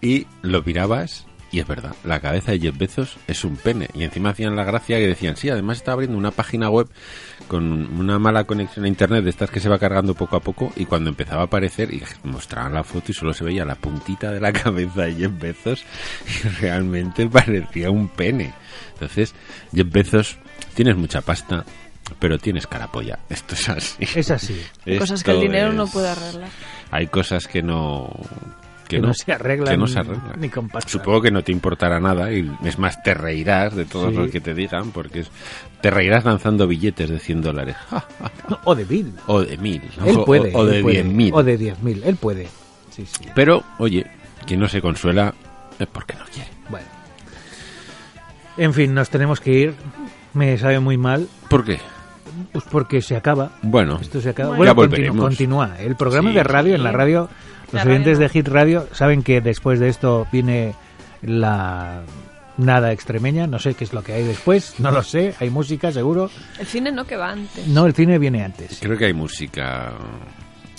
Y lo mirabas y es verdad, la cabeza de Jeff Bezos es un pene. Y encima hacían la gracia que decían, sí, además está abriendo una página web con una mala conexión a internet de estas que se va cargando poco a poco y cuando empezaba a aparecer y mostraban la foto y solo se veía la puntita de la cabeza de Jeff Bezos y realmente parecía un pene. Entonces, Jeff Bezos, tienes mucha pasta, pero tienes carapolla. Esto es así.
Es así.
Hay cosas que el
Esto
dinero no
es-
puede arreglar.
Hay cosas que no...
Que, no, se arregla.
que no se arreglan.
Ni con pasta.
Supongo que no te importará nada y es más, te reirás de todo
Sí.
lo que te digan porque es- te reirás lanzando billetes de 100 dólares Ja, ja, ja.
O de Bill.
o de 1000 ¿no?
Él
O-
puede.
o,
él
de
puede.
10.000.
O de 10.000. Él puede. Sí, sí.
Pero, oye, quien no se consuela es porque no quiere.
Bueno. En fin, nos tenemos que ir. Me sabe muy mal.
¿Por qué?
Pues porque se acaba.
Bueno,
Esto se acaba.
Bueno.
Bueno,
Ya
continu-
volveremos.
continúa. El programa
Sí.
de radio, en la radio, los
La radio
oyentes
no.
de Hit Radio saben que después de esto viene la nada extremeña, no sé qué es lo que hay después, no lo sé, hay música seguro.
El cine no que va antes.
No, el cine viene antes.
Creo que hay música.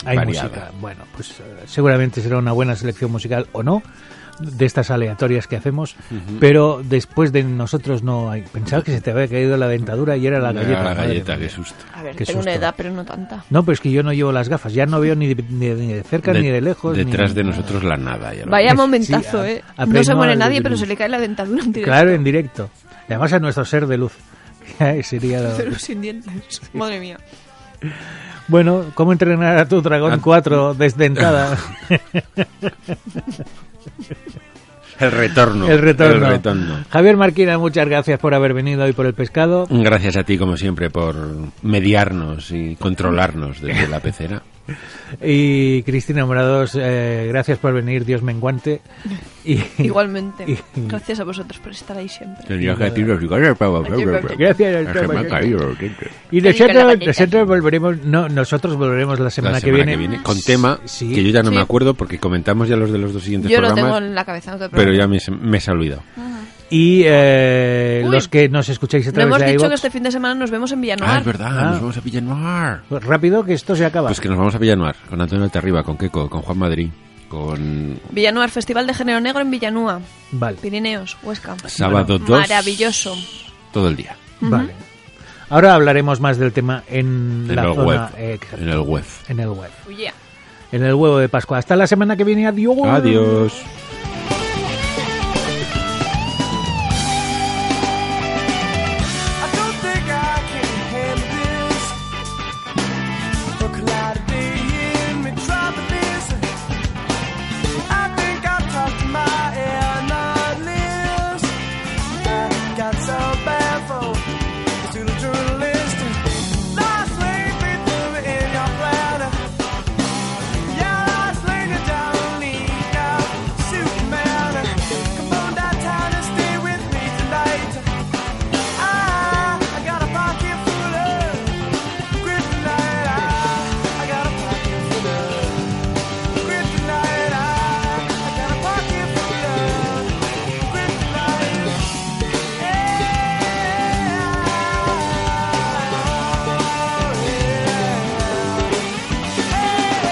Hay
variada.
música. Bueno, pues eh, seguramente será una buena selección musical o no de estas aleatorias que hacemos, pero después de nosotros no hay. Pensaba que se te había caído la dentadura y era la
Era
galleta.
la
madre
galleta,
mía.
qué susto.
A ver,
Qué
tengo una
susto.
edad, pero no tanta.
No, pero es que yo no llevo las gafas, ya no veo ni de, ni de- ni de cerca ni de lejos. ni-
Detrás de nosotros la nada. ya lo
Vaya
Sí,
momentazo,
a-
¿eh?
a
no se
pleno
muere
al-
nadie, pero se le cae la dentadura en directo.
Claro, en directo. Y además a nuestro ser de luz. que Sería lo-
Pero sin dientes. Madre mía.
Bueno, ¿cómo entrenar a tu
Ah.
dragón 4 desdentada?
El retorno.
el, retorno.
El retorno.
Javier Marquina, muchas gracias por haber venido hoy por el pescado.
Gracias a ti, como siempre, por mediarnos y controlarnos desde la pecera.
Y Cristina Morados, eh, gracias por venir, Dios menguante. Y,
Igualmente.
y-
Gracias a vosotros por estar ahí siempre.
Tendría que decirlo, digo, "Ay, pa, pa, pa, pa, pa".
Gracias al
Se me ha
tema.
caído el diente.
Y
Feliz con la
nosotros,
patita.
nosotros volveremos, no, nosotros volveremos la semana,
La semana
que, viene.
Con tema
Sí.
que yo ya no
Sí.
me acuerdo porque comentamos ya los de los dos siguientes
Yo lo
programas.
tengo en la cabeza, no te
Pero
preocupes.
ya me, se- me se ha olvidado.
Y eh,
Uy.
los que nos escucháis a
No
través
hemos
de
dicho que
iVoox,
este fin de semana nos vemos en Villanueva.
Ah, es verdad,
Ah.
nos vamos a Villanuar.
este
rápido que esto se acaba.
Pues que nos vamos a Villanuar, con Antonio Altarriba, con Keco, con Juan Madrid, con
Villanueva, Festival de Género Negro en Villanueva.
Vale,
Pirineos, Huesca.
Sábado 2.
Maravilloso.
Todo el día.
vale. Ahora hablaremos más del tema en,
En
la
el
zona
web.
eh, exacto,
En el web.
en el web,
Oye.
en el huevo de Pascua. Hasta la semana que viene, adiós.
Uh.
Adiós.
I don't think I can handle this. A cloudy day in Metropolis. I think I've talked my analyst. I got so bad for this little journalist. Lost lane faith in your plan. Yeah, lost lane you don't need no Superman. Come on downtown and stay with me tonight. I I got a pocket full of kryptonite. Ah, I I got a pocket full of kryptonite. I I got a pocket full of kryptonite.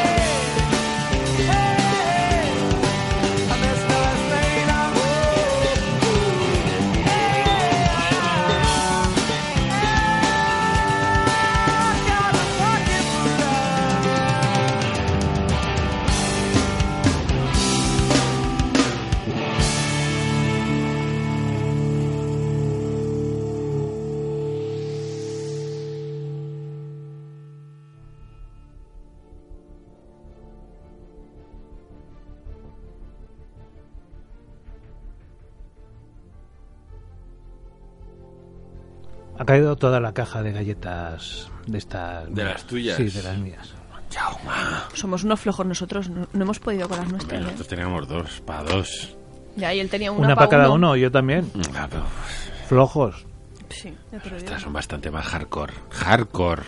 Yeah, yeah, yeah. I messed up, made up. Ooh, yeah. I got a pocket full of
Ha caído toda la caja de galletas de estas.
De las tuyas.
Sí, de las mías.
Somos unos flojos nosotros, no, no hemos podido con las nuestras. ¿eh?
Nosotros teníamos dos, para dos.
Ya, y él tenía
Una,
una,
para
pa'
cada uno, yo también.
Ah, pero
Flojos.
Sí, ya te lo digo.
estas son bastante más hardcore. Hardcore.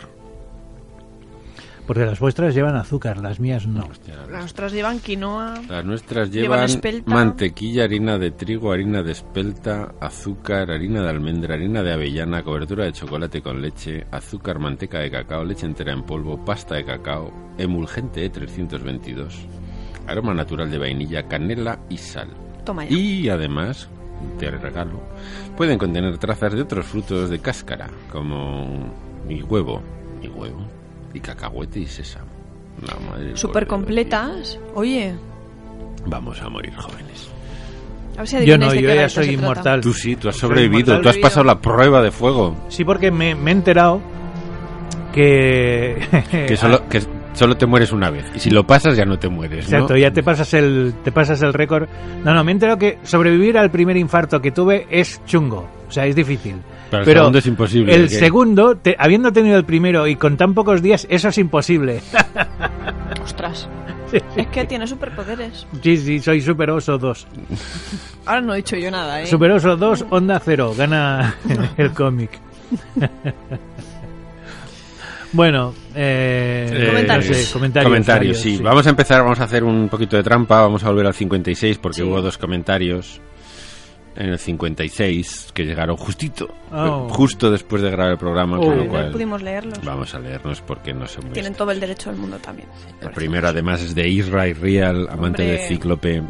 Porque las vuestras llevan azúcar, las mías no.
Las nuestras llevan quinoa.
Las nuestras
Llevan
llevan
espelta.
mantequilla, harina de trigo, harina de espelta, azúcar, harina de almendra, harina de avellana, cobertura de chocolate con leche, azúcar, manteca de cacao, leche entera en polvo, pasta de cacao, emulgente E322, aroma natural de vainilla, canela y sal.
Toma ya.
Y además, te regalo, pueden contener trazas de otros frutos de cáscara, como y huevo, y huevo, y cacahuete y sésamo. La madre del
Súper
cordero,
completas. Oye,
tío. Vamos a morir jóvenes.
a ver si
Yo
adivináis
no, yo
de qué
ya
galleta se
soy
trata.
inmortal.
Tú sí, tú has
Soy
sobrevivido,
inmortal.
tú has pasado la prueba de fuego.
Sí, porque me, me he enterado que... Eh,
Que solo, que solo te mueres una vez. Y si lo pasas ya no te mueres, ¿no?
ah. Exacto, ya te pasas el te pasas el récord. No, no, me he enterado que sobrevivir al primer infarto que tuve es chungo. O sea, es difícil.
Pero el segundo es imposible,
El
¿de qué?
segundo, te- habiendo tenido el primero y con tan pocos días, eso es imposible.
Ostras. Es que tiene superpoderes.
sí, sí, soy Super Oso 2.
Ahora no he dicho yo nada, ¿eh?
Super Oso 2, Onda Cero. Gana el cómic. bueno, eh,
Eh,
Comentarios.
no sé, comentarios.
comentarios, sí.
sí.
Vamos a empezar, vamos a hacer un poquito de trampa, vamos a volver al 56 porque
Sí.
hubo dos comentarios. en el 56, que llegaron justito,
Oh.
justo después de grabar el programa, con
Oh.
lo
No
cual
pudimos leerlos.
vamos a leernos porque no son muy...
Tienen todo el derecho del mundo también.
El primero además es de Israel Real, amante
Hombre.
de Cíclope,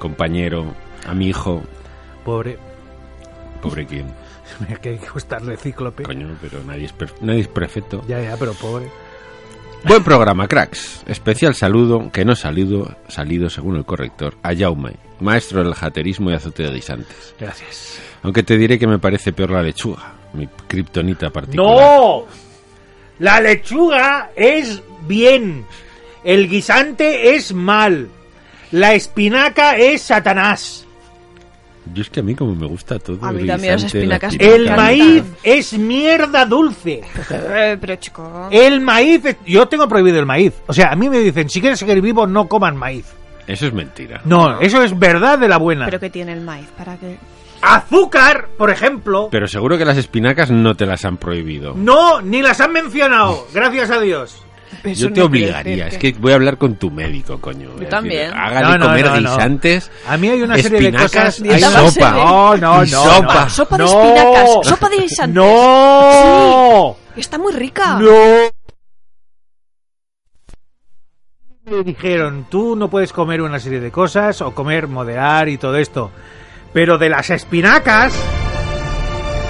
compañero, amigo,
Pobre,
pobre quien,
mira que hay que gustarle Cíclope.
coño, pero nadie es, per- nadie es perfecto.
Ya, ya, pero pobre.
Buen programa, cracks. Especial saludo, que no salido, salido según el corrector, a Jaume, maestro del jaterismo y azotea de guisantes.
Gracias.
Aunque te diré que me parece peor la lechuga, mi kriptonita particular.
¡No! La lechuga es bien. El guisante es mal. La espinaca es Satanás.
Yo es que a mí como me gusta todo.
A mí
el
también las
guisante, la
espinacas
tira-
El
Claro.
maíz es mierda dulce.
Eh, pero chico,
El maíz. es- Yo tengo prohibido el maíz. O sea, a mí me dicen, si quieres seguir vivo, no coman maíz.
Eso es mentira.
No, eso es verdad de la buena.
Ah. pero que tiene el maíz para que
Azúcar, por ejemplo,
Pero seguro que las espinacas no te las han prohibido.
no, ni las han mencionado. Gracias a Dios.
Yo te obligaría, es que voy a hablar con tu médico, coño. Es decir,
también.
Hágale
No, no,
comer
no, no.
guisantes.
A mí hay una serie de
espinacas
cosas...
y
hay-
Dieta
sopa.
base de-
No, no, no.
Y
no.
sopa.
Sopa de
No.
espinacas, sopa de guisantes.
¡No!
Está muy rica.
¡No! Me dijeron, tú no puedes comer una serie de cosas o comer, moderar y todo esto. Pero de las espinacas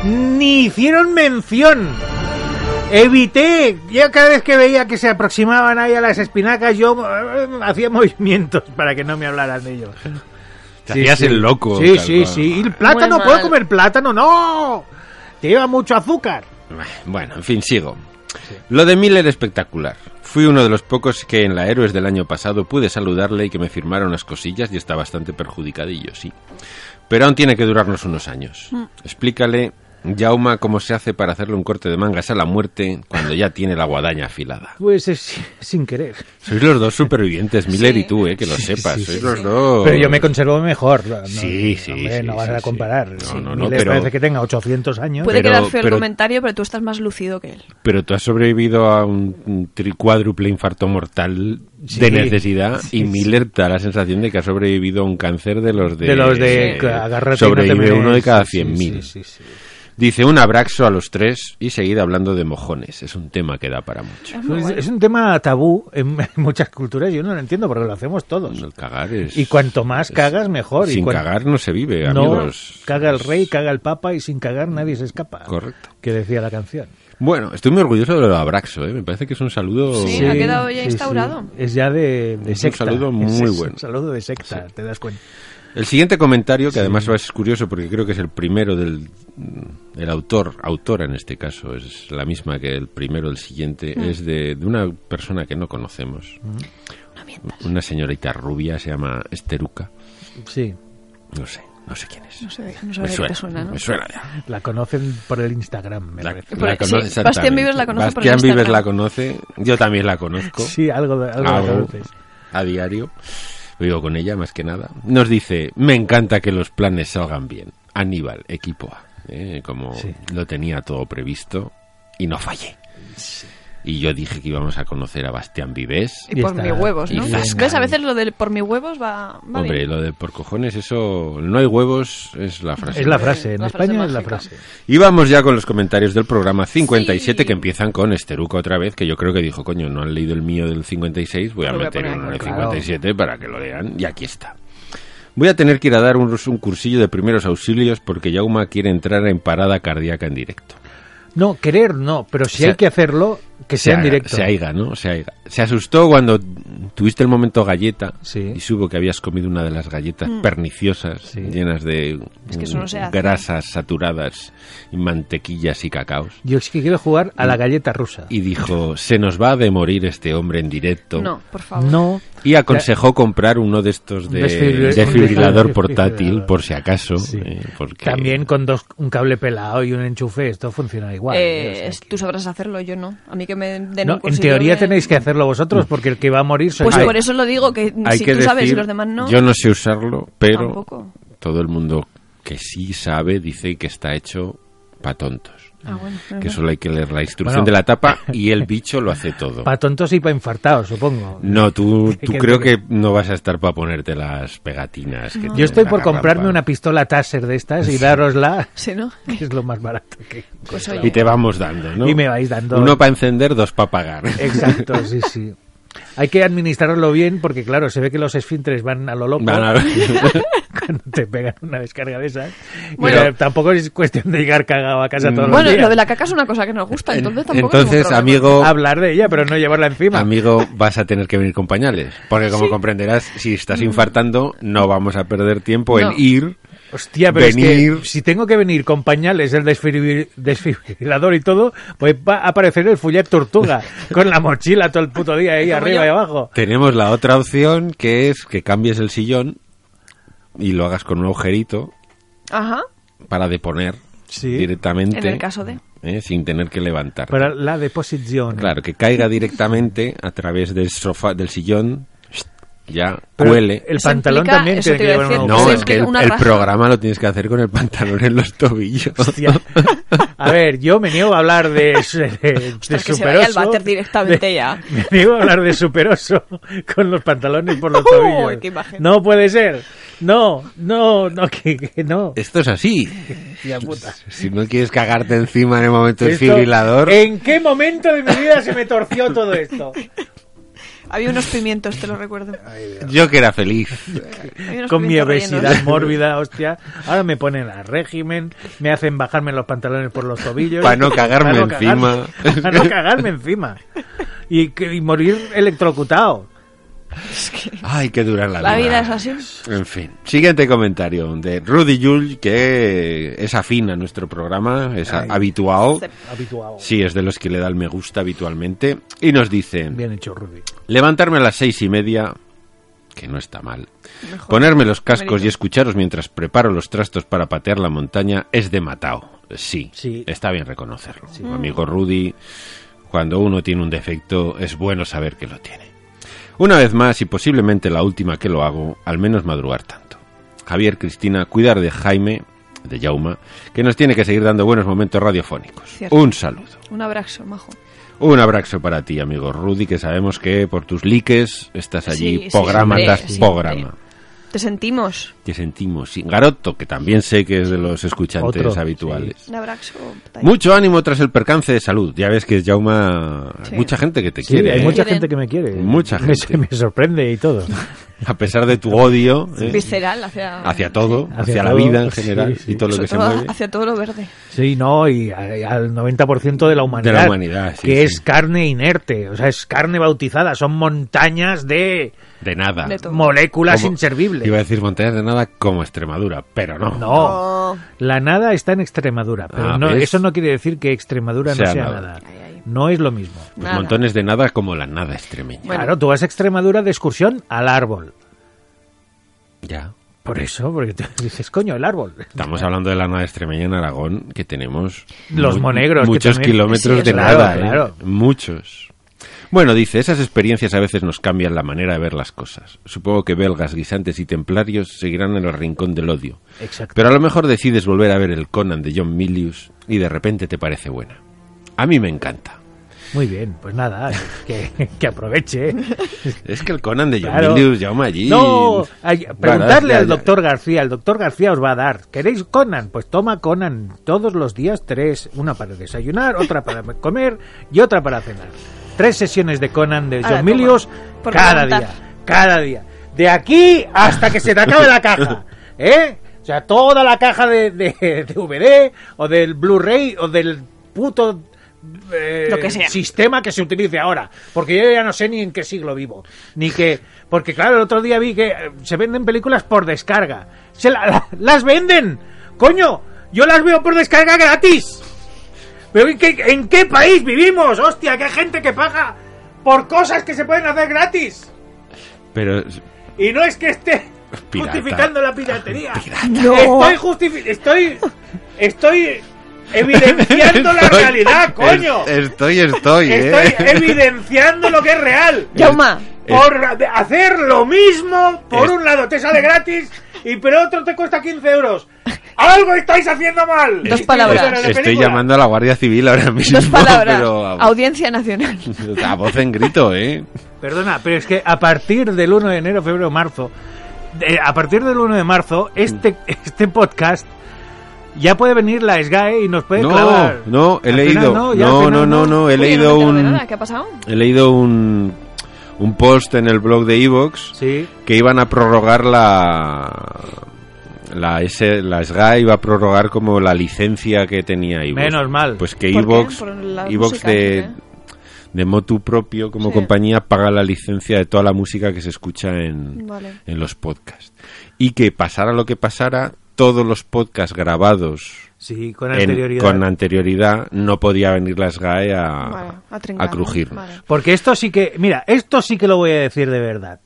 ni hicieron mención. Evité, yo cada vez que veía que se aproximaban ahí a las espinacas, yo eh, hacía movimientos para que no me hablaran de ellos.
Te hacías el loco,
Sí,
tal
sí,
cual.
sí. Y el plátano,
Muy
¿puedo
mal.
comer plátano? ¡No! Te lleva mucho azúcar.
Bueno, en fin, sigo. Lo de Miller espectacular. Fui uno de los pocos que en la Héroes del año pasado pude saludarle y que me firmara unas cosillas y está bastante perjudicadillo, sí. Pero aún tiene que durarnos unos años. Explícale, Jauma, cómo se hace para hacerle un corte de mangas a la muerte cuando ya tiene la guadaña afilada.
Pues es sin querer.
Sois los dos supervivientes, Miller
Sí.
y tú, eh, que lo sepas.
sí,
Sois
sí,
los dos.
Pero yo me conservo mejor. No,
Sí, sí,
hombre,
sí,
no vas
sí,
a
sí.
comparar.
No,
Sí,
no, no,
Miles
pero-
parece que tenga 800 años.
Puede
Pero-
quedar feo
pero-
el comentario, pero tú estás más lucido que él.
Pero tú has sobrevivido a un un tri- cuádruple infarto mortal de
Sí.
necesidad y Miller te da la sensación de que ha sobrevivido a un cáncer de los de...
de los de
eh,
que agárrate y no te
Sobrevive
menees.
uno de cada
Sí, sí,
100.000.
sí, sí, sí.
Dice un abrazo a los tres y seguida hablando de mojones. Es un tema que da para mucho.
Es muy
Pues
bueno.
es un tema tabú en muchas culturas. Yo no lo entiendo porque lo hacemos todos.
El cagar es...
Y cuanto más cagas, mejor.
Sin
y cuan-
cagar no se vive,
no,
amigos.
caga el rey, caga el papa y sin cagar nadie se escapa.
Correcto.
Que decía la canción.
Bueno, estoy muy orgulloso de lo de abrazo, ¿eh? Me parece que es un saludo...
Sí, ha quedado ya instaurado.
Es ya de, de
Es un
secta.
saludo muy
Es- es
bueno.
Un saludo de secta, te das cuenta.
El siguiente comentario, que además es curioso porque creo que es el primero del el autor, autora en este caso, es la misma que el primero, el siguiente,
Mm.
es de, de una persona que no conocemos.
Mm.
Una señorita rubia, se llama Esteruca.
Sí.
No sé, no sé quién es.
No sé, no sé
me
de qué
suena,
te suena, ¿no?
me suena ya.
La conocen por el Instagram, me
La,
parece.
Por- sí,
conoce
Bastián
exactamente.
Vives la conoce por
Bastián Vives
Instagram.
la conoce, yo también la conozco.
Sí, algo, de- algo de
hago
conoces.
Ah, a diario, vivo con ella más que nada, nos dice, me encanta que los planes salgan bien. Aníbal, equipo A, ¿eh? como
Sí.
lo tenía todo previsto y no fallé. Y yo dije que íbamos a conocer a Bastián Vives.
Y,
Y
por
está-
mis huevos,
y
¿no?
zasca.
¿Ves? A veces lo del por mis huevos va, va
Hombre,
bien.
lo de por cojones, eso, no hay huevos, es la frase.
Es la frase, en
La frase
España es la
mágica.
frase.
Y vamos ya con los comentarios del programa 57
Sí.
que empiezan con Esteruca otra vez, que yo creo que dijo, coño, no han leído el mío del 56, voy a
Lo voy a
meter
poner
uno
aquí,
del
claro.
57 para que lo lean. Y aquí está. Voy a tener que ir a dar un, un cursillo de primeros auxilios porque Yauma quiere entrar en parada cardíaca en directo.
No, querer no, pero si
O sea,
hay que hacerlo, que sea en
haga-
directo.
Se aiga, ¿no? Se aiga. Se asustó cuando tuviste el momento galleta
Sí.
y supo que habías comido una de las galletas perniciosas
Sí.
llenas de
Mm. Es que eso no se hace.
grasas saturadas y mantequillas y cacaos.
Yo es que quiero jugar a la galleta rusa.
Mm. y dijo, se nos va a demorir este hombre en directo.
No, por favor.
No,
Y aconsejó comprar uno de estos de
Un desfibril-
desfibrilador
un desfibrilador.
portátil, por si acaso.
Sí.
eh, porque-
también con dos, un cable pelado y un enchufe, esto funciona igual.
Eh,
¿eh? O sea,
es- tú sabrás hacerlo, yo no. A mí que me den
no,
un
en
cursillo
teoría
de-
tenéis que hacerlo vosotros, porque el que va a morir soy
Pues
yo.
por eso lo digo, que
Hay
si
que
tú sabes y
decir,
los demás no...
Yo no sé usarlo, pero
Tampoco.
todo el mundo que sí sabe dice que está hecho para tontos.
Ah, bueno.
que solo hay que leer la instrucción
Bueno.
de la tapa y el bicho lo hace todo.
Para tontos y para infartados, supongo.
No, tú, tú
Que-
creo que no vas a estar para ponerte las pegatinas. que
Yo
tiene
estoy
la
por
garrafa.
comprarme una pistola Taser de estas y darosla,
Sí, ¿no?
que es lo más barato que...
Pues
Y
oye,
te vamos dando, ¿no?
Y me vais dando. Eh,
Uno para encender, dos para pagar.
Exacto, sí, sí. Hay que administrarlo bien porque, claro, se ve que los esfínteres van a lo loco
Van a ver.
cuando te pegan una descarga de esas. Y
Bueno.
no- tampoco es cuestión de llegar cagado a casa todos
bueno,
los días.
lo de la caca es una cosa que nos gusta, entonces tampoco es
Entonces,
un problema.
amigo,
Hablar de ella, pero no llevarla encima.
amigo, vas a tener que venir con pañales. Porque como comprenderás, si
Mm.
estás infartando, no vamos a perder tiempo
No.
en ir.
Hostia, pero es que
venir-
si tengo que venir con pañales, el desfibril- desfibrilador y todo, pues va a aparecer el fullet tortuga con la mochila todo el puto día ahí
Como
arriba
yo.
y abajo.
Tenemos la otra opción, que es que cambies el sillón y lo hagas con un agujerito
Ajá,
para deponer
Sí.
directamente.
en el caso de...
¿eh? sin tener que levantar.
Para la deposición.
Claro, que caiga directamente a través del sofá, del sillón, ya
Pero
huele.
El
Eso
pantalón
implica-
también
eso
tiene
te
que
iba a
llevar un
decir,
No,
agujero.
Sí,
es que el,
una
el
raja.
programa lo tienes que hacer con el pantalón en los tobillos.
Hostia. A ver, yo me niego a hablar de, de, de
este
Ostras, que se
Superoso.
vaya al váter directamente
De-
ya.
Me niego a hablar de superoso con los pantalones por los
Uy,
tobillos.
qué imagen.
No puede ser. No, no, no, que, que no.
Esto es así.
Hostia puta.
Si no quieres cagarte encima en el momento del
Esto-
Este fibrilador,
¿En qué momento de mi vida se me torció todo esto?
Había unos pimientos, te lo recuerdo.
yo que era feliz.
Había unos
Con mi
pimientos
obesidad
rellenos.
mórbida, hostia. Ahora me ponen a régimen, me hacen bajarme los pantalones por los tobillos.
Pa' no cagarme
Pa' no cagarme-
encima.
pa' no cagarme encima. Y, que- y morir electrocutado.
Es que
Ay, qué dura la,
la vida es así.
En fin, siguiente comentario de Rudy Jules, que es afín a nuestro programa, es a- habituado.
Habituado.
Sí, es de los que le da el me gusta habitualmente. Y nos dice,
Bien hecho, Rudy.
levantarme a las seis y media, que no está mal. Ponerme los cascos
Mérito.
y escucharos mientras preparo los trastos para patear la montaña es de matao. Sí,
Sí.
está bien reconocerlo. Amigo Rudy, cuando uno tiene un defecto es bueno saber que lo tiene. Una vez más, y posiblemente la última que lo hago, al menos madrugar tanto. Javier, Cristina, cuidar de Jaime, de Yauma, que nos tiene que seguir dando buenos momentos radiofónicos.
Cierto.
Un saludo.
Un abrazo, majo.
Un abrazo para ti, amigo Rudy, que sabemos que por tus likes estás allí,
Sí, sí,
programa
siempre,
tras
siempre.
programa.
Te sentimos.
Te sentimos. sin Garoto, que también sé que es de los escuchantes
Otro,
habituales.
Un abrazo.
Mucho ánimo tras el percance de salud. Ya ves que es Jauma.
Sí.
Mucha gente que te
Sí,
quiere.
hay
¿eh?
mucha
Quieren-
gente que me quiere.
Mucha
Me-
gente.
Me, sorprende y todo.
A pesar de tu odio ¿eh?
Visceral hacia...
hacia todo,
Hacia
hacia, la
todo,
vida en
sí,
general
sí.
y todo lo que
sobre
se
todo
mueve.
hacia todo lo verde.
Sí, no, y a- al 90% de la humanidad.
De la humanidad, sí,
Que
sí.
es carne inerte, o sea, es carne bautizada, son montañas de
De nada.
De todo.
moléculas
Como-
inservibles.
Iba a decir montañas de nada como Extremadura, pero no.
No,
No.
la nada está en Extremadura, pero
Ah,
no,
¿ves?
eso no quiere decir que Extremadura
Sea
no sea
nada.
nada.
Ay, ay.
No es lo mismo.
Pues
Nada.
montones de nada como la nada extremeña.
Bueno.
Claro, tú vas a Extremadura de excursión al árbol.
Ya.
Por eso, porque te dices, coño, el árbol.
Estamos hablando de la nada extremeña en Aragón, que tenemos
Los
mu-
monegros, que
muchos
también-
kilómetros
Sí,
de
eso.
nada,
Claro,
¿eh?
claro.
muchos. Bueno, dice, esas experiencias a veces nos cambian la manera de ver las cosas. Supongo que belgas, guisantes y templarios seguirán en el rincón del odio.
Exacto.
Pero a lo mejor decides volver a ver el Conan de John Milius y de repente te parece buena. A mí me encanta.
Muy bien, pues nada, que, que aproveche.
Es que el Conan de John
Claro.
Milius, llama allí.
No, ay, preguntarle
Baraja, ya-
al doctor García, el doctor García os va a dar. ¿Queréis Conan? Pues toma Conan todos los días tres, una para desayunar, otra para comer y otra para cenar. Tres sesiones de Conan de
Ala,
John
toma.
Milius
Por
cada
preguntar.
día, cada día. De aquí hasta que se te acabe la caja, ¿eh? O sea, toda la caja de, de, de DVD o del Blu-ray o del puto eh,
Lo que sea.
sistema que se utilice ahora. Porque yo ya no sé ni en qué siglo vivo. Ni que. Porque, claro, el otro día vi que eh, se venden películas por descarga. Se la- la- ¡Las venden! ¡Coño! Yo las veo por descarga gratis. ¿Pero en qué, en qué país vivimos? ¡Hostia! ¡Qué gente que paga por cosas que se pueden hacer gratis!
Pero
Y no es que esté
Pirata.
justificando la piratería.
No.
Estoy justifi- Estoy. Estoy. Evidenciando la
Estoy-
realidad, coño.
es- estoy, estoy, ¿eh?
Estoy evidenciando lo que es real.
Yauma,
Por hacer lo mismo, por
Es-
un lado te sale gratis y por otro te cuesta 15 euros.
¡Algo estáis haciendo mal!
Dos palabras.
Pero de
Estoy
película.
llamando a la Guardia Civil ahora mismo,
Dos palabras.
pero a,
Audiencia Nacional.
a voz en grito, ¿eh?
Perdona, pero es que a partir del 1 de enero, febrero, marzo, de- a partir del 1 de marzo,
Mm.
este, este podcast ya puede venir la SGAE E y nos puede
No,
clavar.
no, he
Al final
leído.
no,
No,
ya al
no,
final
no, no, he
Uy, yo no me
leído
entero de
un.
nada. ¿Qué ha pasado?
He leído un. Un post en el blog de Evox
Sí,
que iban a prorrogar la. La, S, la SGA iba a prorrogar como la licencia que tenía Evox.
Menos mal.
Pues que
¿Por qué?
Evox
Por la
Evox
música,
de,
¿sí,
de motu propio como
Sí.
compañía paga la licencia de toda la música que se escucha en,
Vale.
en los podcasts. Y que pasara lo que pasara, todos los podcasts grabados
sí, con
en-
anterioridad.
con anterioridad no podía venir la SGAE a,
Vale, a
Ah, a, Eh,
trincarnos,
crujirnos.
vale.
Porque esto sí que, mira, esto sí que lo voy a decir de verdad.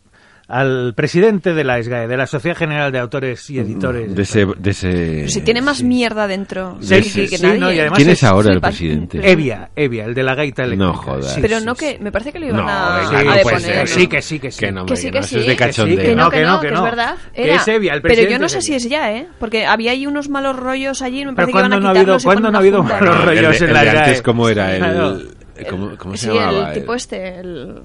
Al presidente de la SGAE, E, de la Sociedad General de Autores y Editores.
Mm, De ese, de ese-
Pero si tiene más mierda dentro
Sí,
que-
sí,
que
sí,
nadie.
no, y además-
¿Quién es
es-
ahora
soy
el
pa-
presidente?
Evia, Evia, el de la gaita eléctrica.
este. jodas.
Pero
sí,
no
sí,
que... Me parece que lo iban
No,
a,
venga,
a
Sí,
no
que
puede
deponer,
ser.
¿no?
sí, que sí, que sí.
Que no,
Que
hombre,
sí,
que
que
no, eso es
sí.
de
Que
sí,
cachondeo.
Que no,
No,
que,
que
no,
no,
que
que
es
no.
verdad.
Que
Era.
es Evia, el
Pero yo
presidente
no
es
sé si
Evia.
es ya, ¿eh? Porque había ahí unos malos rollos allí. y Me
Pero
parece que iban
¿cuándo
a
no ha habido,
quitarlos y
cuándo
ponen
no ha
una
habido
junta.
malos
El de-
rollos en
el
la
de
SGAE?
antes, ¿cómo era?
Claro.
El, ¿cómo, cómo se
sí,
llamaba?
el tipo este, el...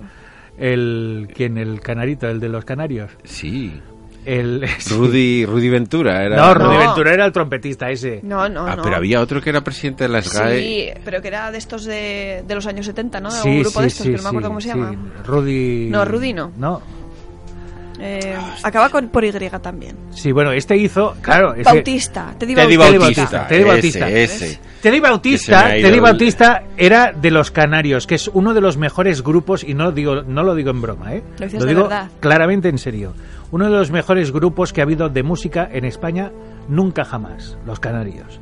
El, ¿Quién? El canarito, el de los canarios.
Sí.
El,
Rudy, Rudy Ventura era.
No, Rudy
No.
Ventura era el trompetista ese.
No, no,
Ah,
no.
pero había otro que era presidente de la SGAE.
Sí, pero que era de estos de, de los años 70, ¿no? De
Sí,
algún grupo
sí,
de estos,
sí,
que no me acuerdo
sí,
cómo se
sí.
llama.
Rudy...
No, Rudy no.
No.
Eh, acaba con por Y también.
Sí, bueno, este hizo... Claro, ese-
Bautista, te di
Teddy
Teddy
Bautista.
Bautista, Teddy Bautista.
Ese, ese.
Teddy
Que se
Bautista,
me ha ido
Teddy
el-
Bautista era de los Canarios, que es uno de los mejores grupos y no digo no lo digo en broma, ¿eh?
Lo dices de
digo
verdad.
claramente en serio. Uno de los mejores grupos que ha habido de música en España nunca jamás, los Canarios.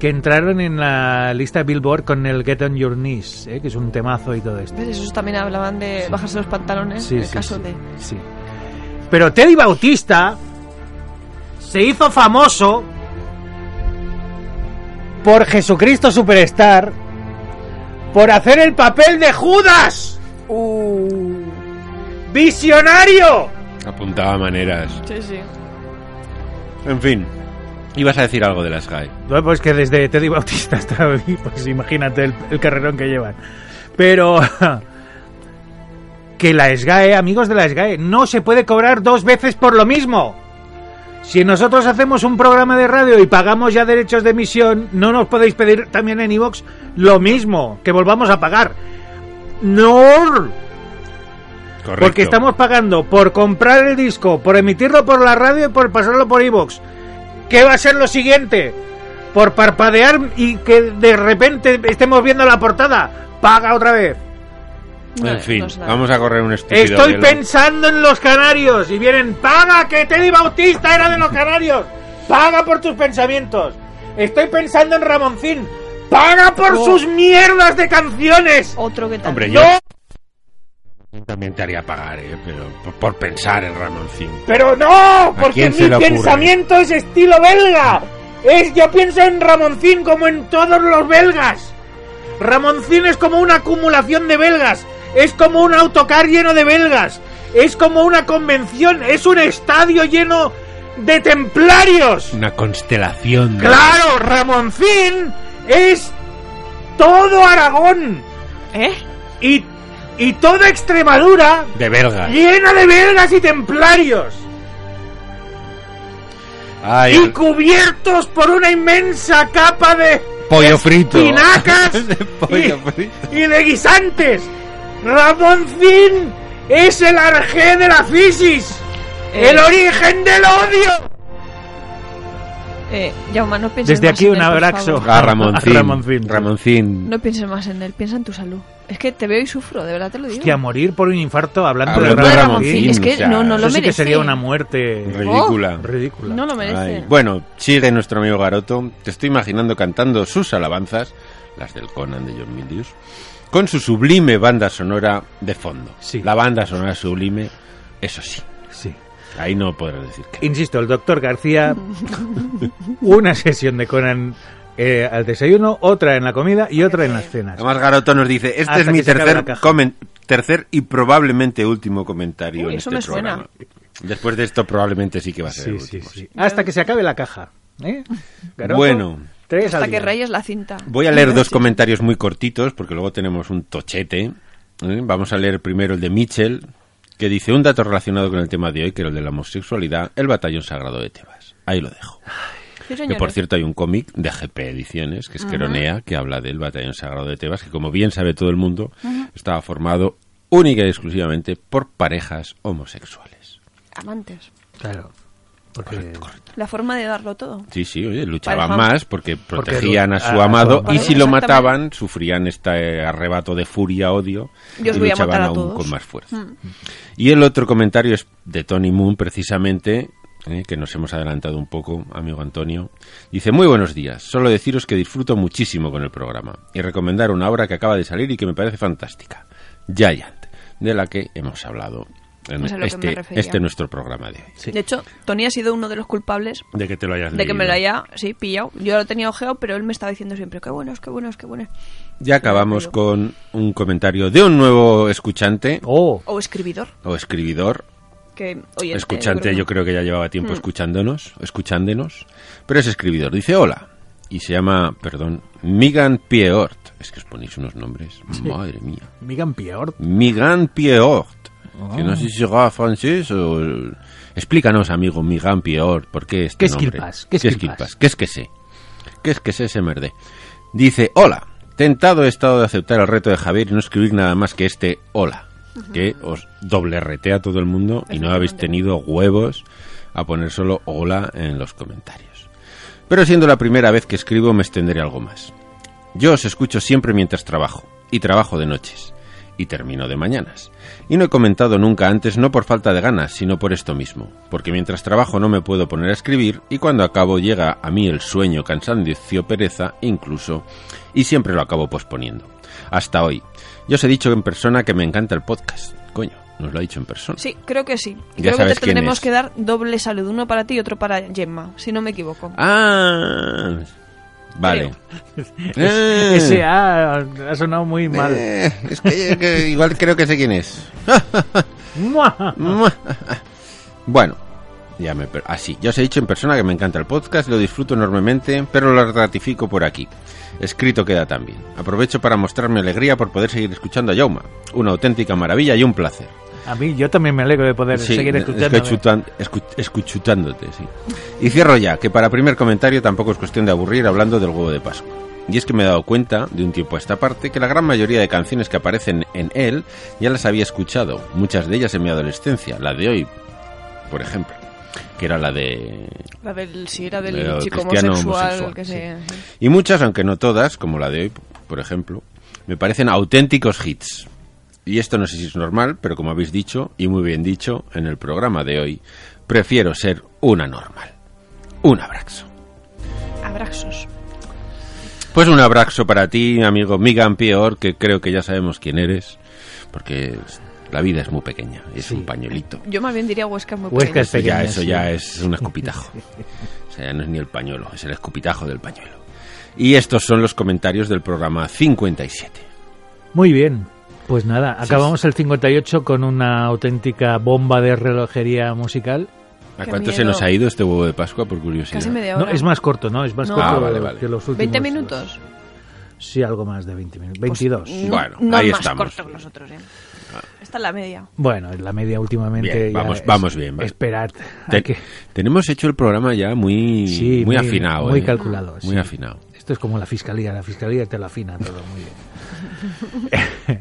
Que entraron en la lista Billboard con el Get on Your Knees, ¿eh? que es un temazo y todo esto.
¿Ves? Esos también hablaban de bajarse los pantalones en ¿eh? el caso de...
sí. Pero Teddy Bautista se hizo famoso por Jesucristo Superstar por hacer el papel de Judas.
Uh.
¡Visionario!
Apuntaba maneras.
Sí, sí.
En fin. Ibas a E. decir algo de la SGAE.
No, pues que desde Teddy Bautista hasta hoy, pues imagínate el, el carrerón que llevan. Pero que la SGAE, amigos de la SGAE, no se puede cobrar dos veces por lo mismo. Si nosotros hacemos un programa de radio y pagamos ya derechos de emisión, no nos podéis pedir también en iVox lo mismo, que volvamos a pagar. No,
Correcto.
porque estamos pagando por comprar el disco, por emitirlo por la radio y por pasarlo por iBox. ¿Qué va a ser lo siguiente? Por parpadear y que de repente estemos viendo la portada. Paga otra vez.
En fin, vamos a correr un estúpido
Estoy
velo.
pensando en los canarios y vienen. Paga que Teddy Bautista era de los canarios. Paga por tus pensamientos. Estoy pensando en Ramoncín. Paga por
Oh.
sus mierdas de canciones.
Otro que tal.
Hombre, yo
No,
también te haría pagar, ¿eh? Pero por, por pensar en Ramoncín.
Pero no,
¿A
porque
quién
mi
se le ocurre?
pensamiento es estilo belga. Es, yo pienso en Ramoncín como en todos los belgas. Ramoncín es como una acumulación de belgas. Es como un autocar lleno de belgas. Es como una convención. Es un estadio lleno de templarios.
Una constelación.
Claro, Ramoncín es todo Aragón
¿Eh?
y, y toda Extremadura
De verga.
llena de belgas y templarios.
Ay,
y cubiertos por una inmensa capa de
pollo frito.
espinacas
De pollo frito.
y, y de guisantes. Ramoncín es el arjé de la fisis,
¡Eh,
el origen del odio.
Eh, Jaume, no pienses
Desde
más
aquí
en
un
él, por
abrazo.
favor.
A Ramoncín.
A Ramoncín.
Ramoncín.
No pienses más en él, piensa en tu salud. Es que te veo y sufro, de verdad te lo digo.
Que a morir por un infarto hablando de
Hablando de
Ramoncín.
Ramoncín,
Es que
o sea,
no, no
Eso
lo
sí que
merece.
sería una muerte
Ridícula.
Oh, ridícula.
No lo merece.
Ay, Bueno, sigue nuestro amigo Garoto. Te estoy imaginando cantando sus alabanzas, las del Conan de John Milius, con su sublime banda sonora de fondo.
Sí.
La banda sonora sublime, eso sí.
Sí.
Ahí no podrás decir que.
Insisto, el doctor García, una sesión de Conan eh, al desayuno, otra en la comida y otra en las cenas.
Además, Garoto nos dice: Este
Hasta
es mi
que se acabe
tercer,
la caja".
comen- tercer y probablemente último comentario
Uy,
en
eso
este
me suena.
programa. Después de esto, probablemente sí que va a ser
Sí,
el
sí,
último. sí.
sí. Hasta que se acabe la caja. ¿eh? Garoto,
Bueno.
Tres al
Hasta que
día.
rayes la cinta.
Voy a leer dos comentarios muy cortitos porque luego tenemos un tochete. ¿eh? Vamos a leer primero el de Mitchell, que dice un dato relacionado con el tema de hoy, que era el de la homosexualidad, el batallón sagrado de Tebas. Ahí lo dejo.
Sí,
Que
señores.
por cierto hay un cómic de GP Ediciones, que es Queronea, que habla del batallón sagrado de Tebas, que como bien sabe todo el mundo, estaba formado única y exclusivamente por parejas homosexuales.
Amantes.
Claro. Porque...
La forma de darlo todo.
Sí, sí, oye, luchaban
Parejas.
más porque protegían
lo-
a
a- a
su
su
amado
amado.
y si lo
Exactamente.
mataban sufrían este eh, arrebato de furia, odio
Yo os
y
voy a
luchaban
matar a
aún
todos. Mm.
con más fuerza. Y el otro comentario es de Tony Moon precisamente, eh, que nos hemos adelantado un poco, amigo Antonio. Dice, muy buenos días, solo deciros que disfruto muchísimo con el programa y recomendar una obra que acaba de salir y que me parece fantástica, Giant, de la que hemos hablado en
Es Pues a lo que me
este,
refería.
este nuestro programa de hoy.
De hecho, Tony ha sido uno de los culpables
De que te lo hayas
de que me
leído.
lo haya, sí, pillado. Yo lo tenía ojeado, pero él me estaba diciendo siempre, qué bueno, es qué bueno, es qué bueno. es".
Ya acabamos con un comentario de un nuevo escuchante
Oh,
O escribidor,
o escribidor.
que oye, este,
Escuchante, yo
que-
creo que ya llevaba tiempo escuchándonos, escuchándonos, pero es escribidor. Dice hola y se llama, perdón, Migan Pieort. Es que os ponéis unos nombres, madre mía.
Migan Pior.
Migan Pieort.
Ah.
Que no sé si será francés o... Explícanos, amigo Migan Pieort, ¿por qué este
¿Qué es
nombre?
quilpas? ¿Qué es quilpas?
quilpas? ¿Qué es que sé? ¿Qué es que sé ese merde? Dice, hola, tentado he estado de aceptar el reto de Javier y no escribir nada más que este hola, que os doble retea a todo el mundo y no habéis tenido huevos a poner solo hola en los comentarios. Pero siendo la primera vez que escribo me extenderé algo más. Yo os escucho siempre mientras trabajo, y trabajo de noches, y termino de mañanas. Y no he comentado nunca antes no por falta de ganas, sino por esto mismo, porque mientras trabajo no me puedo poner a escribir y cuando acabo llega a mí el sueño, cansancio, pereza, incluso, y siempre lo acabo posponiendo. Hasta hoy. Yo os he dicho en persona que me encanta el podcast. Coño, nos lo ha dicho en persona.
Sí, creo que sí. Y
Ya
creo que
sabes
te
quién
tenemos
es.
que dar doble salud, uno para ti y otro para Gemma, si no me equivoco.
Ah, vale. Eh.
Ese ha, ha sonado muy mal.
Eh, es que, que igual creo que sé quién es.
¡Mua!
Bueno, ya me per- así. Ya os he dicho en persona que me encanta el podcast, lo disfruto enormemente, pero lo ratifico por aquí. Escrito queda también. Aprovecho para mostrar mi alegría por poder seguir escuchando a Yauma. Una auténtica maravilla y un placer.
A mí, yo también me alegro de poder
Sí,
seguir
es
escuchando.
que chutan- escu- escuchutándote, sí. Y cierro ya, que para primer comentario tampoco es cuestión de aburrir hablando del huevo de Pascua. Y es que me he dado cuenta, de un tiempo a esta parte, que la gran mayoría de canciones que aparecen en él ya las había escuchado, muchas de ellas en mi adolescencia, la de hoy, por ejemplo, que era la de...
La del, sí, era del
Pero
chico
cristiano
homosexual,
homosexual,
que
sí.
se...
Y muchas, aunque no todas, como la de hoy, por ejemplo, me parecen auténticos hits. Y esto no sé si es normal, pero como habéis dicho, y muy bien dicho, en el programa de hoy, prefiero ser una normal. Un abrazo.
Abrazos.
Pues un abrazo para ti, amigo Migan Pior, que creo que ya sabemos quién eres, porque la vida es muy pequeña, es un pañuelito.
Yo más bien diría Huesca es muy
Huesca es
pequeño.
Eso ya,
pequeña,
eso
sí.
ya es un escupitajo. O sea, ya no es ni el pañuelo, es el escupitajo del pañuelo. Y estos son los comentarios del programa 57.
Muy bien. Pues nada, acabamos el 58 con una auténtica bomba de relojería musical.
¿A
Qué
cuánto se
miedo.
nos ha ido este huevo de Pascua, por curiosidad?
Casi media
No,
hora.
es más corto, ¿no? Es más
No.
corto
Ah, vale, vale.
que los últimos.
¿20 minutos? Pues mm.
Sí, algo más de 20 minutos. 22.
No-
Bueno,
no
ahí
más
estamos.
corto que los otros, ¿eh? Esta es la media.
Bueno, en la media últimamente.
Bien,
ya
vamos-
es-
vamos bien, vale.
Esperad. a
Ten-
que-
Tenemos hecho el programa ya muy,
Sí,
muy, afinado.
Muy
¿eh?
calculado.
Muy
sí.
afinado.
Esto es como la fiscalía, la fiscalía te lo afina todo muy bien.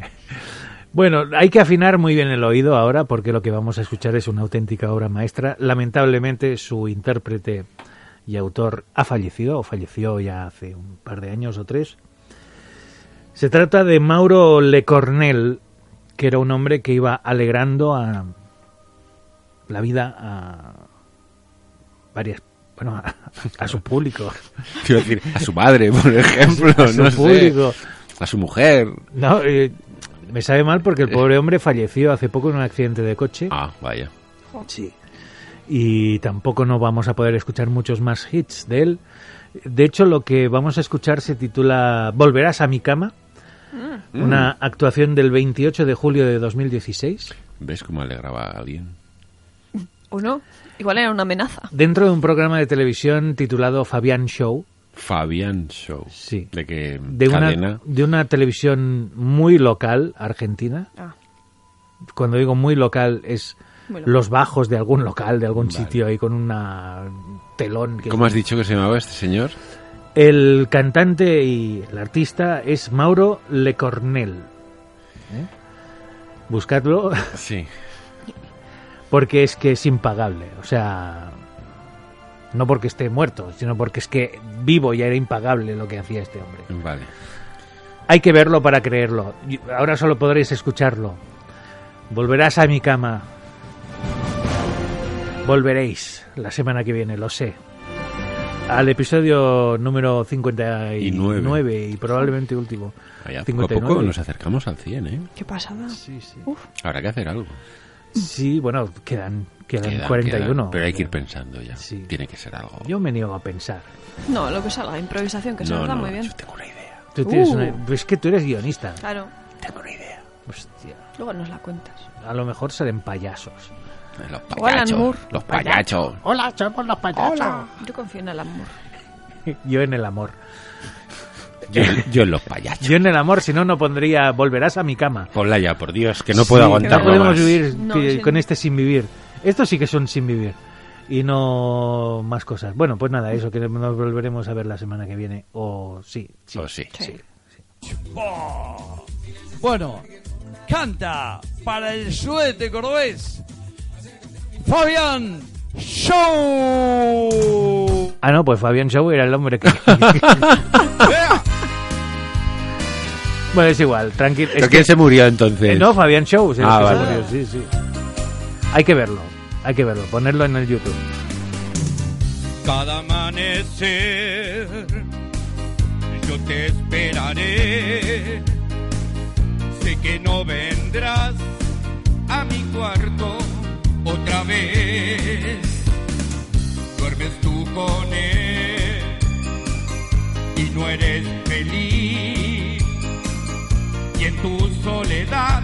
bueno, hay que afinar muy bien el oído ahora porque lo que vamos a escuchar es una auténtica obra maestra. Lamentablemente su intérprete y autor ha fallecido, o falleció ya hace un par de años o tres. Se trata de Mauro Lecornel, que era un hombre que iba alegrando a la vida a varias, bueno, a- a su público.
Quiero decir, a su madre, por ejemplo.
a su
no sé,
público.
a su mujer.
No, eh, me sabe mal porque el pobre hombre falleció hace poco en un accidente de coche
Eh. Ah, vaya.
y tampoco no vamos a poder escuchar muchos más hits de él. De hecho, lo que vamos a escuchar se titula Volverás a mi cama,
Mm.
una actuación del 28 de julio de 2016.
¿Ves cómo alegraba a alguien?
¿O no? Igual era una amenaza.
Dentro de un programa de televisión titulado Fabián Show,
Fabián Show.
Sí.
De que
de una,
cadena.
de una televisión muy local, argentina.
Ah,
Cuando digo muy local es
Muy local.
los bajos de algún local, de algún sitio ahí con una telón. Que
¿Cómo has dicho que se llamaba este señor?
El cantante y el artista es Mauro Lecornel. ¿Eh? Buscadlo
Sí.
porque es que es impagable. O sea, no porque esté muerto, sino porque es que vivo ya era impagable lo que hacía este hombre.
Vale.
Hay que verlo para creerlo. Y Ahora solo podréis escucharlo. Volverás a mi cama. Volveréis la semana que viene, lo sé. Al episodio número 59 y,
Y nueve.
probablemente último.
Vaya, poco a poco nos acercamos al 100, ¿eh?
qué pasada.
sí.
Habrá que hacer algo.
Sí, bueno, quedan, quedan
Quedan,
41.
quedan, pero hay que ir pensando ya.
Sí.
Tiene que ser algo.
Yo me niego a pensar.
No, lo que salga, improvisación, que
no,
salga
no,
muy bien.
yo tengo una idea.
Tú tienes
Uh.
una- Es que tú eres guionista.
Claro,
Hostia,
luego nos la cuentas.
a lo mejor salen payasos.
Eh, Los
O Alan Moore.
payachos. Los payachos.
Hola, somos los payasos.
Yo confío en el amor.
Yo en el amor.
Yo, yo en los payachos.
Yo en el amor, si no, no pondría volverás a mi cama.
Ponla ya, por Dios, que no puedo
Sí,
aguantar
No podemos
más.
vivir
No,
que-
sí.
con este sin vivir. Estos sí que son sin vivir. Y no más cosas. Bueno, pues nada, eso que nos volveremos a ver la semana que viene. O sí. sí.
Oh, sí.
Sí.
Bueno, canta para el sudeste cordobés Fabián Show.
Ah, no, pues Fabián Show era el hombre que. bueno, es igual, tranquilo.
¿Pero quién se murió entonces?
No, Fabián Show. sí,
Ah,
sí,
vale.
se murió, sí, sí. Hay que verlo, hay que verlo, ponerlo en el YouTube.
Cada amanecer yo te esperaré. Sé que no vendrás a mi cuarto otra vez. Duermes tú con él y no eres feliz. Y en tu soledad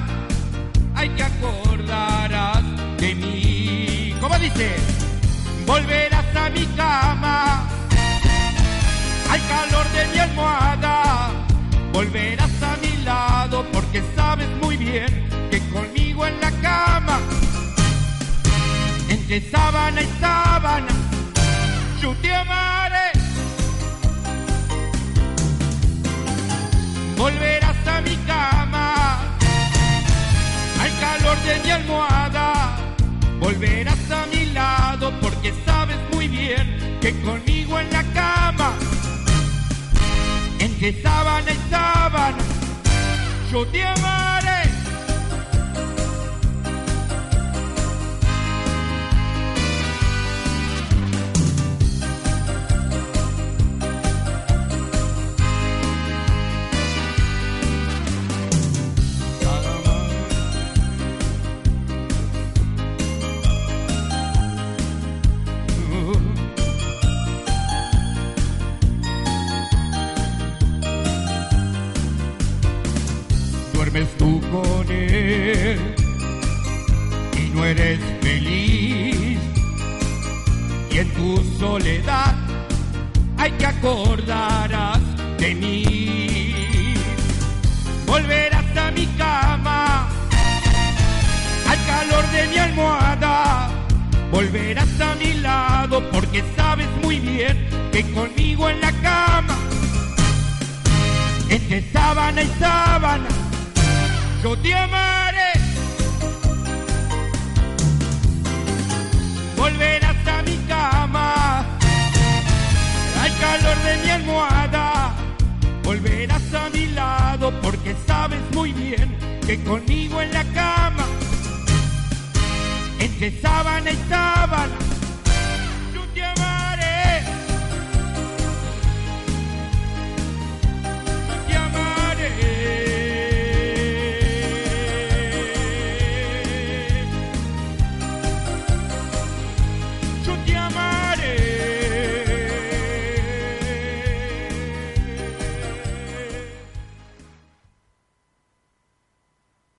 hay que acordarás de mí. ¿Cómo dices? volverás a mi cama, al calor de mi almohada, volverás a mi lado porque sabes muy bien que conmigo en la cama, entre sábana y sábana, yo te amaré. Volverás a mi cama, al calor de mi almohada. Volverás a mi lado porque sabes muy bien que conmigo en la cama, entre sábana y sábana, yo te amaré. Duermes tú con él y no eres feliz. Y en tu soledad hay que acordarás de mí. Volverás a mi cama al calor de mi almohada. Volverás a mi lado porque sabes muy bien que conmigo en la cama, entre sábana y sábana, yo te amaré. Volverás a mi cama, al calor de mi almohada. Volverás a mi lado porque sabes muy bien que conmigo en la cama entre sábana y sábana,